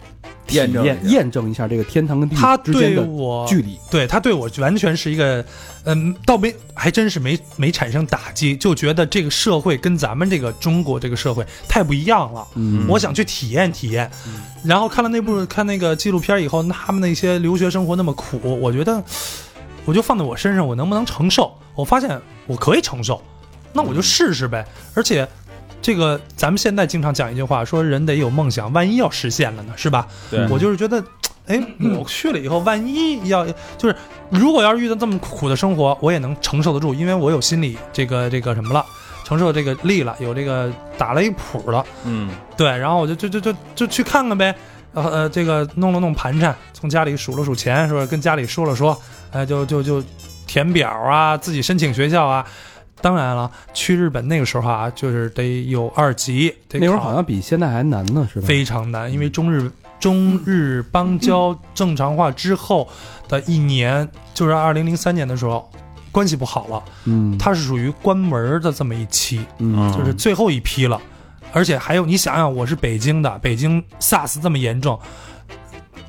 [SPEAKER 3] 体
[SPEAKER 2] 验证一下
[SPEAKER 3] 验验证一下这个天堂跟地
[SPEAKER 5] 他
[SPEAKER 3] 狱之间
[SPEAKER 5] 对
[SPEAKER 3] 的
[SPEAKER 5] 我，
[SPEAKER 3] 距离？
[SPEAKER 5] 对他对我完全是一个，嗯，倒没还真是没没产生打击，就觉得这个社会跟咱们这个中国这个社会太不一样了。
[SPEAKER 3] 嗯
[SPEAKER 5] 我想去体验体验。然后看了那部看那个纪录片以后，那他们那些留学生活那么苦，我觉得我就放在我身上，我能不能承受？我发现我可以承受，那我就试试呗。而且。这个咱们现在经常讲一句话，说人得有梦想，万一要实现了呢，是吧？
[SPEAKER 2] 对
[SPEAKER 5] 我就是觉得，哎，我去了以后，万一要就是如果要是遇到这么苦的生活，我也能承受得住，因为我有心理这个这个什么了，承受这个力了，有这个打了一谱了。
[SPEAKER 2] 嗯，
[SPEAKER 5] 对，然后我就就就就就去看看呗。然后呃，这个弄了弄盘缠，从家里数了数钱，是吧？跟家里说了说，哎、就就就填表啊，自己申请学校啊。当然了，去日本那个时候啊，就是得有二级，得
[SPEAKER 3] 那会儿
[SPEAKER 5] 考
[SPEAKER 3] 好像比现在还难呢，是吧？嗯
[SPEAKER 5] 非常难，因为中日中日邦交正常化之后的一年，就是二零零三年的时候，关系不好了，
[SPEAKER 3] 嗯，
[SPEAKER 5] 它是属于关门的这么一期，
[SPEAKER 3] 嗯
[SPEAKER 5] 就是最后一批了。而且还有，你想想，我是北京的，北京 SARS 这么严重，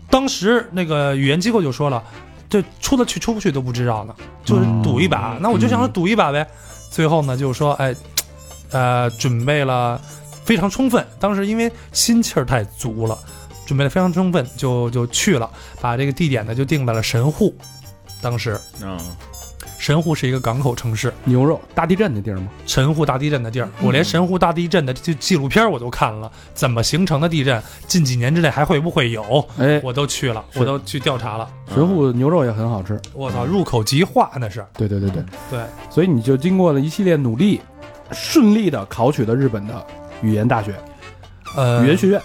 [SPEAKER 5] 当时那个语言机构就说了，这出得去出不去都不知道呢，就是赌一把。那我就想说赌一把呗。最后呢，就说哎，呃，准备了非常充分。当时因为心气儿太足了，准备的非常充分，就就去了，把这个地点呢就定在了神户。当时
[SPEAKER 2] 嗯，
[SPEAKER 5] 神户是一个港口城市，
[SPEAKER 3] 牛肉大地震那地儿吗？
[SPEAKER 5] 神户大地震的地儿，我连神户大地震的纪纪录片我都看了，怎么形成的地震，近几年之内还会不会有，
[SPEAKER 3] 哎，
[SPEAKER 5] 我都嗯去了，
[SPEAKER 3] 是
[SPEAKER 5] 我都去调查了。
[SPEAKER 3] 神户牛肉也很好吃。
[SPEAKER 5] 我操，入口即化那是，
[SPEAKER 3] 对对对对，
[SPEAKER 5] 对，
[SPEAKER 3] 所以你就经过了一系列努力，顺利的考取了日本的语言大学、
[SPEAKER 5] 呃，
[SPEAKER 3] 语言学院。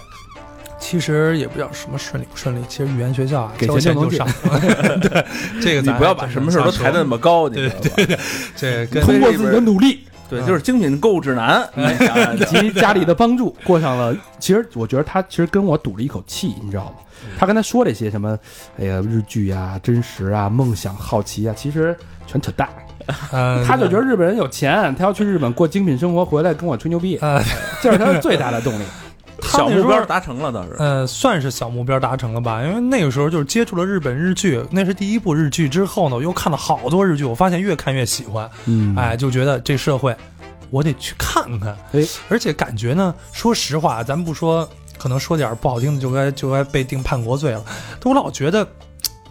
[SPEAKER 5] 其实也不叫什么顺利不顺利，其实语言学校啊，
[SPEAKER 3] 给
[SPEAKER 5] 交
[SPEAKER 3] 钱
[SPEAKER 5] 钱
[SPEAKER 3] 就能
[SPEAKER 5] 就上。 对，这个
[SPEAKER 2] 你
[SPEAKER 5] 咱嗯
[SPEAKER 2] 不要把什么事儿都抬得那
[SPEAKER 5] 么，
[SPEAKER 2] 么高，你
[SPEAKER 5] 对嗯
[SPEAKER 2] 知道吧？
[SPEAKER 5] 这跟
[SPEAKER 3] 通过自己的努力
[SPEAKER 2] 对，就是精品购物指南，你想啊想
[SPEAKER 3] 以及家里的帮助， 过上了。其实我觉得他其实跟我赌了一口气，你知道吗？他刚才说这些什么，哎呀，日剧啊、真实啊、梦想、好奇啊，其实全扯淡。
[SPEAKER 5] 呃，
[SPEAKER 3] 他就觉得日本人有钱，他要去日本过精品生活，回来跟我吹牛逼，
[SPEAKER 5] 呃
[SPEAKER 3] 这是他的最大的 动力。
[SPEAKER 5] 他
[SPEAKER 2] 小
[SPEAKER 5] 那
[SPEAKER 2] 目
[SPEAKER 5] 时候
[SPEAKER 2] 标达成了，倒是。
[SPEAKER 5] 呃，算是小目标达成了吧，因为那个时候就是接触了日本日剧，那是第一部日剧之后呢，我又看了好多日剧，我发现越看越喜欢，
[SPEAKER 3] 嗯
[SPEAKER 5] 哎，就觉得这社会我得去看看，
[SPEAKER 3] 哎，
[SPEAKER 5] 而且感觉呢，说实话，咱不说，可能说点不好听的，就该就该被定叛国罪了，但我老觉得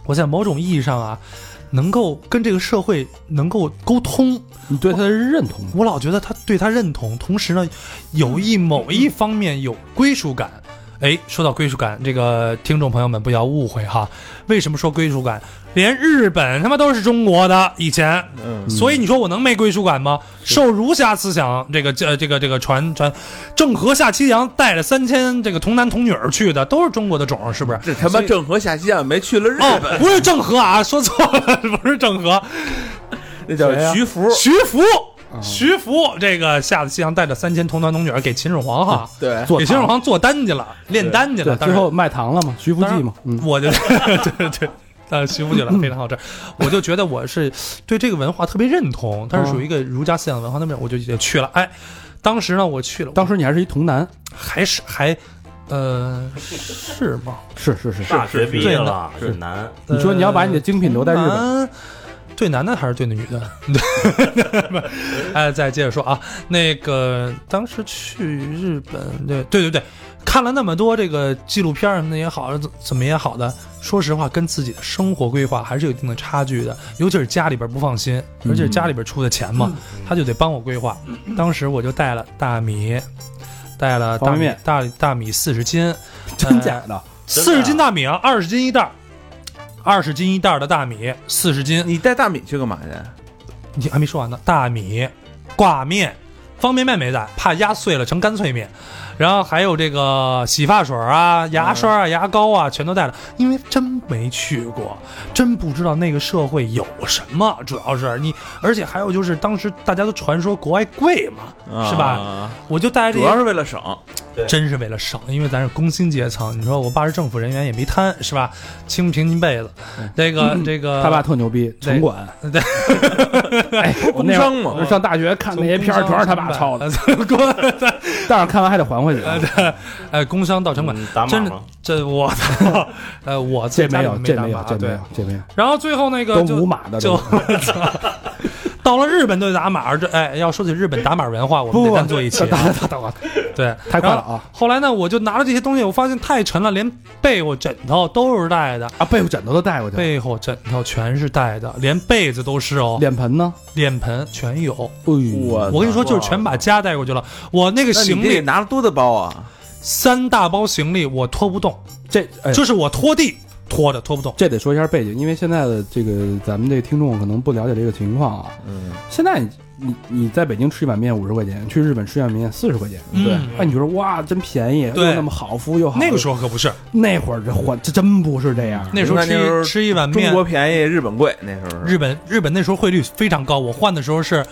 [SPEAKER 5] 我在某种意义上啊，能够跟这个社会能够沟通，
[SPEAKER 3] 你对他的认同吗，
[SPEAKER 5] 我老觉得他对他认同，同时呢，有一某一方面有归属感。哎，说到归属感，这个听众朋友们不要误会哈。为什么说归属感？连日本他妈都是中国的以前，
[SPEAKER 2] 嗯，
[SPEAKER 5] 所以你说我能没归属感吗？受儒侠思想这个这这个这个传传，郑和下西洋带着三千这个童男童女儿去的，都是中国的种儿，是不是？
[SPEAKER 2] 这他妈
[SPEAKER 5] 所以
[SPEAKER 2] 郑和下西洋没去了日
[SPEAKER 5] 哦，
[SPEAKER 2] 本，
[SPEAKER 5] 不是郑和啊，说错了， 不是郑和，
[SPEAKER 2] 那叫
[SPEAKER 3] 谁呀
[SPEAKER 2] 徐福。
[SPEAKER 5] 徐福，
[SPEAKER 3] 嗯
[SPEAKER 5] 徐福这个下的西洋带着三千童男童女儿给秦始皇哈，
[SPEAKER 2] 对，
[SPEAKER 3] 嗯做
[SPEAKER 5] 给秦始皇做丹去了，炼丹去
[SPEAKER 3] 对，
[SPEAKER 5] 了。当
[SPEAKER 3] 最
[SPEAKER 5] 时
[SPEAKER 3] 后卖糖了嘛，徐福记嘛，嗯，
[SPEAKER 5] 我就 对对。但是徐福记了非常好吃，我就觉得我是对这个文化特别认同，它是属于一个儒家思想文化那边，我就也去了。哎，当时呢，我去了，
[SPEAKER 3] 当时你还是一童男，
[SPEAKER 5] 还是还，呃，是吗？
[SPEAKER 3] 是是是
[SPEAKER 4] 大学毕业了，
[SPEAKER 5] 是
[SPEAKER 4] 很难。
[SPEAKER 5] 嗯啊
[SPEAKER 3] 你说你要把你的精品留在日本
[SPEAKER 5] 本，对男的还是对女的？ 哎，再接着说啊，那个当时去日本，对对对对，看了那么多这个纪录片儿什么的也好，怎怎么也好的，说实话，跟自己的生活规划还是有一定的差距的，尤其是家里边不放心，
[SPEAKER 3] 嗯
[SPEAKER 5] 而且家里边出的钱嘛，他就得帮我规划。当时我就带了大米，带了大
[SPEAKER 3] 方
[SPEAKER 5] 米
[SPEAKER 3] 便面
[SPEAKER 5] 大大米四十斤，呃
[SPEAKER 3] 真假的？
[SPEAKER 5] 四十斤大米啊，二十斤一袋儿，二十斤一袋儿的大米，四十斤，
[SPEAKER 2] 你带大米去干嘛去？
[SPEAKER 5] 你还没说完呢，大米、挂面、方便面没带，怕压碎了成干脆面，然后还有这个洗发水啊、牙刷
[SPEAKER 2] 嗯
[SPEAKER 5] 啊、牙膏啊，全都带了，因为真没去过，真不知道那个社会有什么，主要是你，而且还有就是当时大家都传说国外贵嘛，是吧？
[SPEAKER 2] 啊？
[SPEAKER 5] 我就带着
[SPEAKER 2] 主要是为了省，
[SPEAKER 5] 真是为了省，因为咱是工薪阶层。你说我爸是政府人员，也没贪，是吧？清平民辈子，
[SPEAKER 2] 嗯
[SPEAKER 5] 这个、这个，
[SPEAKER 3] 他爸特牛逼，城管。
[SPEAKER 5] 对，
[SPEAKER 3] 哎，我
[SPEAKER 2] 工
[SPEAKER 3] 那会儿
[SPEAKER 2] 商嘛
[SPEAKER 3] 我上大学看那些片儿，全是他爸抄 的，
[SPEAKER 5] 的。
[SPEAKER 3] 但是看完还得还回去啊。
[SPEAKER 5] 呃，工商到城管，
[SPEAKER 4] 嗯打码
[SPEAKER 5] 真的
[SPEAKER 4] 吗？
[SPEAKER 5] 这我操，呃，我自
[SPEAKER 3] 这
[SPEAKER 5] 己家
[SPEAKER 3] 没
[SPEAKER 5] 里
[SPEAKER 3] 有，
[SPEAKER 5] 没
[SPEAKER 3] 这
[SPEAKER 5] 打
[SPEAKER 3] 没有
[SPEAKER 5] 码，
[SPEAKER 3] 这没
[SPEAKER 5] 对
[SPEAKER 3] 有。，这没有，
[SPEAKER 5] 然后最后那个
[SPEAKER 3] 都
[SPEAKER 5] 就
[SPEAKER 3] 无码的。
[SPEAKER 5] 就
[SPEAKER 3] 都
[SPEAKER 5] 到了日本都得打码，这哎，要说起日本打码文化，我们
[SPEAKER 3] 不
[SPEAKER 5] 得
[SPEAKER 3] 不
[SPEAKER 5] 单做一期啊。对，
[SPEAKER 3] 太快了
[SPEAKER 5] 然后
[SPEAKER 3] 啊
[SPEAKER 5] 后来呢，我就拿了这些东西，我发现太沉了，连被窝、枕头都是带的，
[SPEAKER 3] 啊，被褥枕头都带过去了，
[SPEAKER 5] 被窝、枕头全是带的，连被子都是哦，
[SPEAKER 3] 脸盆呢？
[SPEAKER 5] 脸盆全有。
[SPEAKER 3] 哎呦，
[SPEAKER 2] 我
[SPEAKER 5] 我跟你说，就是全把家带过去了。我那个
[SPEAKER 2] 那你
[SPEAKER 5] 行
[SPEAKER 2] 这
[SPEAKER 5] 李
[SPEAKER 2] 拿了多大包啊？
[SPEAKER 5] 三大包行李我拖不动，
[SPEAKER 3] 这哎
[SPEAKER 5] 就是我拖地拖着拖不动。
[SPEAKER 3] 这得说一下背景，因为现在的这个咱们这个听众可能不了解这个情况啊。
[SPEAKER 2] 嗯，
[SPEAKER 3] 现在你你你在北京吃一碗面五十块钱，去日本吃一碗面四十块钱，
[SPEAKER 5] 嗯
[SPEAKER 2] 对
[SPEAKER 3] 哎，你就说哇，真便宜，又
[SPEAKER 5] 对
[SPEAKER 3] 那么好，服务又好。
[SPEAKER 5] 那个时候可不是，
[SPEAKER 3] 那会儿这换这真不是这样，
[SPEAKER 5] 那时候
[SPEAKER 2] 那时
[SPEAKER 5] 吃
[SPEAKER 2] 候
[SPEAKER 5] 一吃一碗
[SPEAKER 2] 中
[SPEAKER 5] 面，
[SPEAKER 2] 国便宜，日本贵，那时候是
[SPEAKER 5] 日本日本那时候汇率非常高，我换的时候是，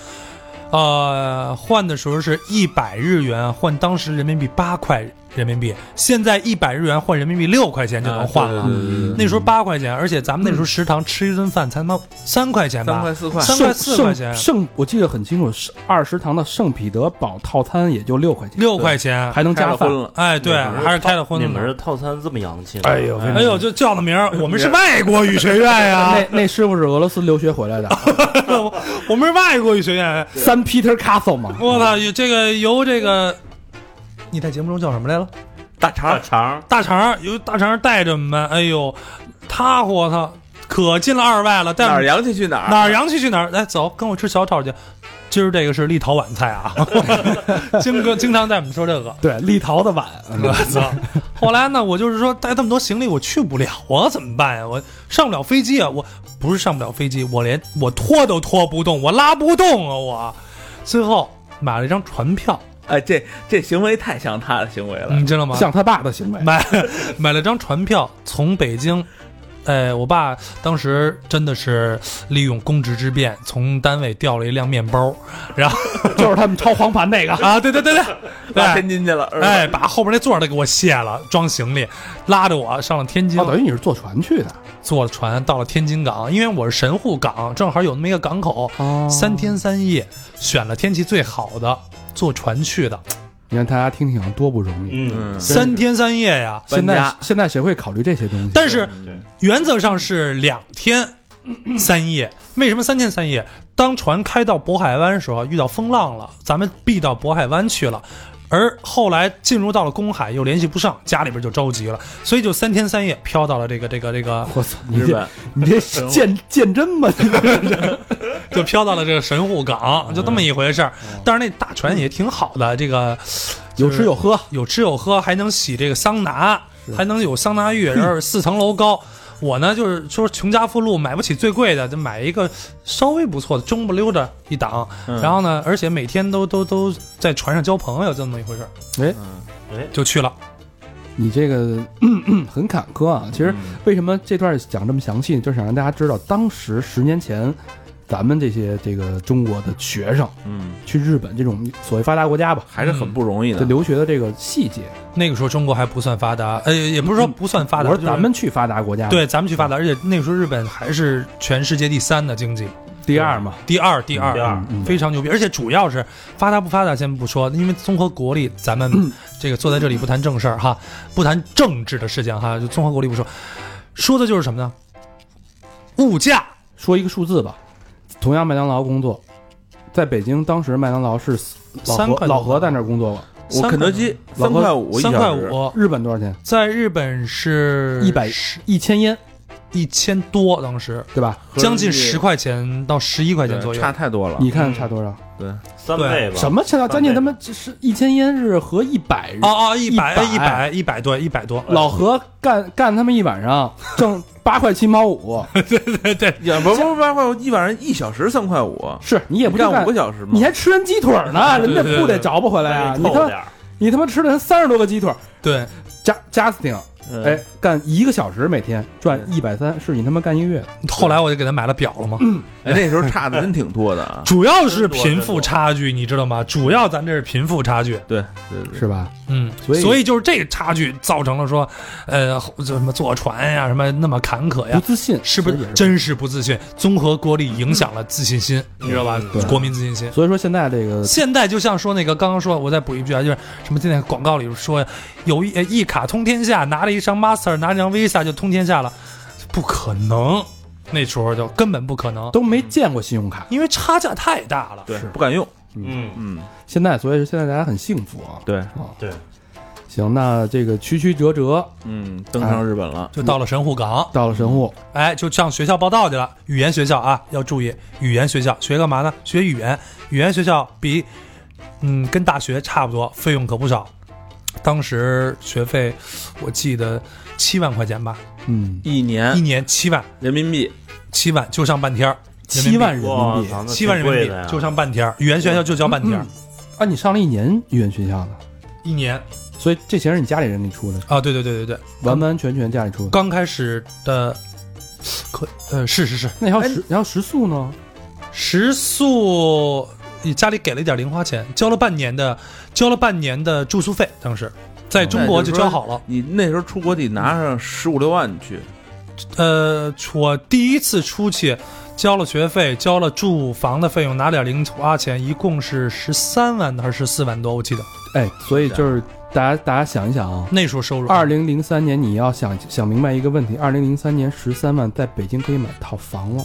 [SPEAKER 5] 呃，换的时候是一百日元换当时人民币八块人民币，现在一百日元换人民币六块钱就能换了。
[SPEAKER 4] 啊对对对
[SPEAKER 3] 嗯
[SPEAKER 5] 那时候八块钱，而且咱们那时候食堂吃一顿饭才他妈三块钱
[SPEAKER 2] 三
[SPEAKER 5] 吧
[SPEAKER 2] 块，四块，
[SPEAKER 5] 三
[SPEAKER 3] 圣
[SPEAKER 5] 块四块钱
[SPEAKER 3] 圣圣我记得很清楚，是二食堂的圣彼得堡套餐也就六块钱，
[SPEAKER 5] 六块钱，
[SPEAKER 3] 还能
[SPEAKER 2] 开
[SPEAKER 3] 加
[SPEAKER 2] 了
[SPEAKER 3] 饭
[SPEAKER 2] 荤。了。
[SPEAKER 5] 哎，对，还是开了荤
[SPEAKER 4] 你
[SPEAKER 5] 的
[SPEAKER 4] 们这
[SPEAKER 5] 呢。
[SPEAKER 4] 套餐这么洋气吗？
[SPEAKER 3] 哎呦
[SPEAKER 5] 哎呦，就叫的名儿，我们是外国语学院 呀，
[SPEAKER 3] 那那师傅是俄罗斯留学回来的，
[SPEAKER 5] 我们是外国语学院。
[SPEAKER 3] 三 Peter Castle 嘛，
[SPEAKER 5] 我操，有这个由这个，你在节目中叫什么来了？
[SPEAKER 2] 大肠
[SPEAKER 4] 大肠
[SPEAKER 5] 大肠儿由大肠儿带着我们，哎呦，他我操，可进了二外了，带
[SPEAKER 2] 哪
[SPEAKER 5] 我
[SPEAKER 2] 儿
[SPEAKER 5] 们
[SPEAKER 2] 洋气去哪儿，
[SPEAKER 5] 哪儿洋气去哪儿，来走，跟我吃小炒去。今儿这个是立陶宛菜啊， 经哥经常带我们说这个。
[SPEAKER 3] 对，立陶的碗，
[SPEAKER 5] 我操！后来呢，我就是说带这么多行李，我去不了啊，怎么办呀？我上不了飞机啊！我不是上不了飞机，我连我拖都拖不动，我拉不动啊！我最后买了一张船票，
[SPEAKER 2] 哎，这这行为太像他的行为了。
[SPEAKER 5] 你知道吗？
[SPEAKER 3] 像他爸的行为，
[SPEAKER 5] 买买了张船票从北京。哎，我爸当时真的是利用公职之便，从单位调了一辆面包，然后
[SPEAKER 3] 就是他们抄黄盘那个，
[SPEAKER 5] 啊，对对对 对
[SPEAKER 2] 拉
[SPEAKER 5] 对
[SPEAKER 2] 天，津去了，是吧
[SPEAKER 5] 哎，，把后边那座儿都给我卸了，装行李，拉着我上了天津，
[SPEAKER 3] 哦，等于你是坐船去的，
[SPEAKER 5] 坐船到了天津港，因为我是神户港，正好有那么一个港口，
[SPEAKER 3] 哦
[SPEAKER 5] 三，天三夜，选了天气最好的，坐船去的，
[SPEAKER 3] 你看大家听听多不容易。
[SPEAKER 4] 嗯，
[SPEAKER 2] 嗯，
[SPEAKER 3] 是
[SPEAKER 5] 三天三夜呀。
[SPEAKER 3] 现
[SPEAKER 2] 搬
[SPEAKER 3] 在
[SPEAKER 2] 家
[SPEAKER 3] 现在谁会考虑这些东西？
[SPEAKER 5] 但是
[SPEAKER 2] 嗯
[SPEAKER 4] 对
[SPEAKER 5] 原则上是两天三夜。为什么三天三夜？当船开到渤海湾的时候，遇到风浪了，咱们避到渤海湾去了。而后来进入到了公海，又联系不上，家里边就着急了，所以就三天三夜飘到了这个这个这个，
[SPEAKER 3] 我操，你
[SPEAKER 2] 日
[SPEAKER 3] 这
[SPEAKER 2] 本
[SPEAKER 3] 你这是鉴鉴真吧？你这
[SPEAKER 5] 就飘到了这个神户港，就这么一回事儿。但是那大船也挺好的，这个
[SPEAKER 3] 嗯有吃有喝，
[SPEAKER 5] 有吃有喝，还能洗这个桑拿，还能有桑拿浴，然后四层楼高。我呢，就是说穷家富路买不起最贵的，就买一个稍微不错的，中不溜的一档。
[SPEAKER 2] 嗯
[SPEAKER 5] 然后呢，而且每天都都都在船上交朋友，就这么一回事儿，
[SPEAKER 4] 哎，
[SPEAKER 5] 就去了。
[SPEAKER 3] 你这个 咳咳很坎坷啊。其实
[SPEAKER 5] 嗯
[SPEAKER 3] 为什么这段讲这么详细，就是想让大家知道，当时十年前，咱们这些这个中国的学生
[SPEAKER 2] 嗯，
[SPEAKER 3] 去日本这种所谓发达国家吧，
[SPEAKER 2] 还是很不容易
[SPEAKER 3] 这
[SPEAKER 5] 嗯
[SPEAKER 2] 的。
[SPEAKER 3] 留学的这个细节，
[SPEAKER 5] 那个时候中国还不算发达，呃，也不是说不算发达，
[SPEAKER 3] 嗯我
[SPEAKER 5] 就
[SPEAKER 3] 说
[SPEAKER 5] 是
[SPEAKER 3] 咱们去发达国家，，
[SPEAKER 5] 对咱们去发达，而且那个时候日本还是全世界第三的经济，
[SPEAKER 3] 第二嘛，
[SPEAKER 5] 第二，第二，
[SPEAKER 4] 第二
[SPEAKER 3] 嗯
[SPEAKER 5] 非常牛逼，而且主要是发达不发达先不说，因为综合国力，咱们这个坐在这里不谈正事儿哈，不谈政治的事情哈，就综合国力不说，说的就是什么呢？物价
[SPEAKER 3] 说一个数字吧，同样麦当劳工作，在北京当时麦当劳是四老
[SPEAKER 5] 三
[SPEAKER 3] 何
[SPEAKER 5] 块
[SPEAKER 3] 老
[SPEAKER 5] 多
[SPEAKER 3] 何在那儿工作过。
[SPEAKER 2] 我肯德基
[SPEAKER 3] 老
[SPEAKER 2] 三
[SPEAKER 3] 何
[SPEAKER 2] 块五一小
[SPEAKER 5] 三
[SPEAKER 2] 时，
[SPEAKER 5] 块五，
[SPEAKER 3] 日本多少钱？
[SPEAKER 5] 在日本是
[SPEAKER 3] 100一千烟，
[SPEAKER 5] 一千多，当时
[SPEAKER 3] 对吧？
[SPEAKER 2] 合着
[SPEAKER 5] 将近
[SPEAKER 2] 你
[SPEAKER 5] 十块钱到十一块钱
[SPEAKER 2] 对
[SPEAKER 5] 左右
[SPEAKER 2] 差。太多
[SPEAKER 5] 嗯
[SPEAKER 2] 了。
[SPEAKER 3] 你看差多少？
[SPEAKER 4] 三倍吧？
[SPEAKER 3] 什么差到将近他妈就是一千烟是合一百日
[SPEAKER 5] 哦哦，一百
[SPEAKER 3] 100
[SPEAKER 5] 一百一百对一百多，
[SPEAKER 3] 老何干干他们一晚上挣八块七毛五，
[SPEAKER 2] 也不不不八块五，一晚上一小时三块五，
[SPEAKER 3] 是你也不就
[SPEAKER 2] 干
[SPEAKER 3] 干
[SPEAKER 2] 五个，小时吗？
[SPEAKER 3] 你还吃人鸡腿儿呢，人
[SPEAKER 5] 对
[SPEAKER 3] 家
[SPEAKER 5] 对对
[SPEAKER 3] 不得着不回来啊？
[SPEAKER 4] 哎
[SPEAKER 3] 你
[SPEAKER 4] 扣
[SPEAKER 3] 他
[SPEAKER 4] 点儿
[SPEAKER 3] 你他妈吃了人三十多个鸡腿儿，
[SPEAKER 5] 对，
[SPEAKER 3] 加加斯汀，
[SPEAKER 4] 嗯
[SPEAKER 3] 哎，干一个小时每天赚一百三，是你他妈干一个月。
[SPEAKER 5] 后来我就给他买了表了嘛。。
[SPEAKER 2] 哎那时候差的真挺多的啊
[SPEAKER 5] 主要是贫富差距，你知道吗？主要咱这是贫富差距，
[SPEAKER 2] 对对对，
[SPEAKER 3] 是吧？
[SPEAKER 5] 嗯，
[SPEAKER 3] 所以
[SPEAKER 5] 就是这个差距造成了说，呃，就什么坐船呀，什么那么坎坷
[SPEAKER 3] 不
[SPEAKER 5] 呀，
[SPEAKER 3] 自信
[SPEAKER 5] 是不
[SPEAKER 3] 其实
[SPEAKER 5] 是
[SPEAKER 3] 也
[SPEAKER 5] 真是不自信？综合国力影响了自信心，你知道吧
[SPEAKER 3] 对？呃
[SPEAKER 5] 国民自信心。
[SPEAKER 3] 所以说现在这个
[SPEAKER 5] 现在就像说那个刚刚说，我再补一句啊，就是什么今天广告里说有一呃一卡通天下，拿了一张 Master，拿了一张 Visa 就通天下了，不可能，那时候就根本不可能，
[SPEAKER 3] 都没见过信用卡，
[SPEAKER 5] 因为差价太大了。
[SPEAKER 2] 对不敢用。
[SPEAKER 4] 嗯，
[SPEAKER 2] 嗯，
[SPEAKER 3] 现在所以现在大家很幸福啊。
[SPEAKER 2] 对，
[SPEAKER 3] 啊
[SPEAKER 4] 对，
[SPEAKER 3] 行，那这个曲曲折折
[SPEAKER 2] 嗯，登上日本了。
[SPEAKER 5] 就到了神户港，
[SPEAKER 3] 到了神户，
[SPEAKER 5] 哎，就上学校报道去了。语言学校啊，要注意语言学校学干嘛呢？学语言。语言学校比嗯跟大学差不多，费用可不少。当时学费我记得七万块钱吧，
[SPEAKER 3] 嗯，
[SPEAKER 2] 一年
[SPEAKER 5] 一年七万，
[SPEAKER 2] 人民币，
[SPEAKER 5] 七万就上半天儿，人民
[SPEAKER 3] 七
[SPEAKER 5] 币
[SPEAKER 3] 万人
[SPEAKER 4] 哇
[SPEAKER 3] 民币，
[SPEAKER 4] 咱们
[SPEAKER 5] 七万嗯人
[SPEAKER 4] 挺
[SPEAKER 5] 民
[SPEAKER 4] 贵的呀
[SPEAKER 5] 币就上半天儿，语言学校就教半天儿，
[SPEAKER 3] 啊，你上了一年语言学校呢，
[SPEAKER 5] 一年
[SPEAKER 3] 所以这钱是你家里人给你出的，
[SPEAKER 5] 啊，对对对对对，
[SPEAKER 3] 完完全全家里出的。
[SPEAKER 5] 刚开始的可呃是是是
[SPEAKER 3] 那要食要食宿呢？
[SPEAKER 5] 食宿，你家里给了一点零花钱，交了半年的，交了半年的住宿费，当时在中国就交好了。
[SPEAKER 2] 你那时候出国得拿上十五六万去，
[SPEAKER 5] 呃，我第一次出去交了学费，交了住房的费用，拿点零花钱，一共是十三万还是十四万多，我记得
[SPEAKER 3] 哎，所以就是
[SPEAKER 2] 啊
[SPEAKER 3] 大家大家想一想啊，
[SPEAKER 5] 那时候收入
[SPEAKER 3] 二零零三年你要想想明白一个问题，二零零三年十三万在北京可以买套房了，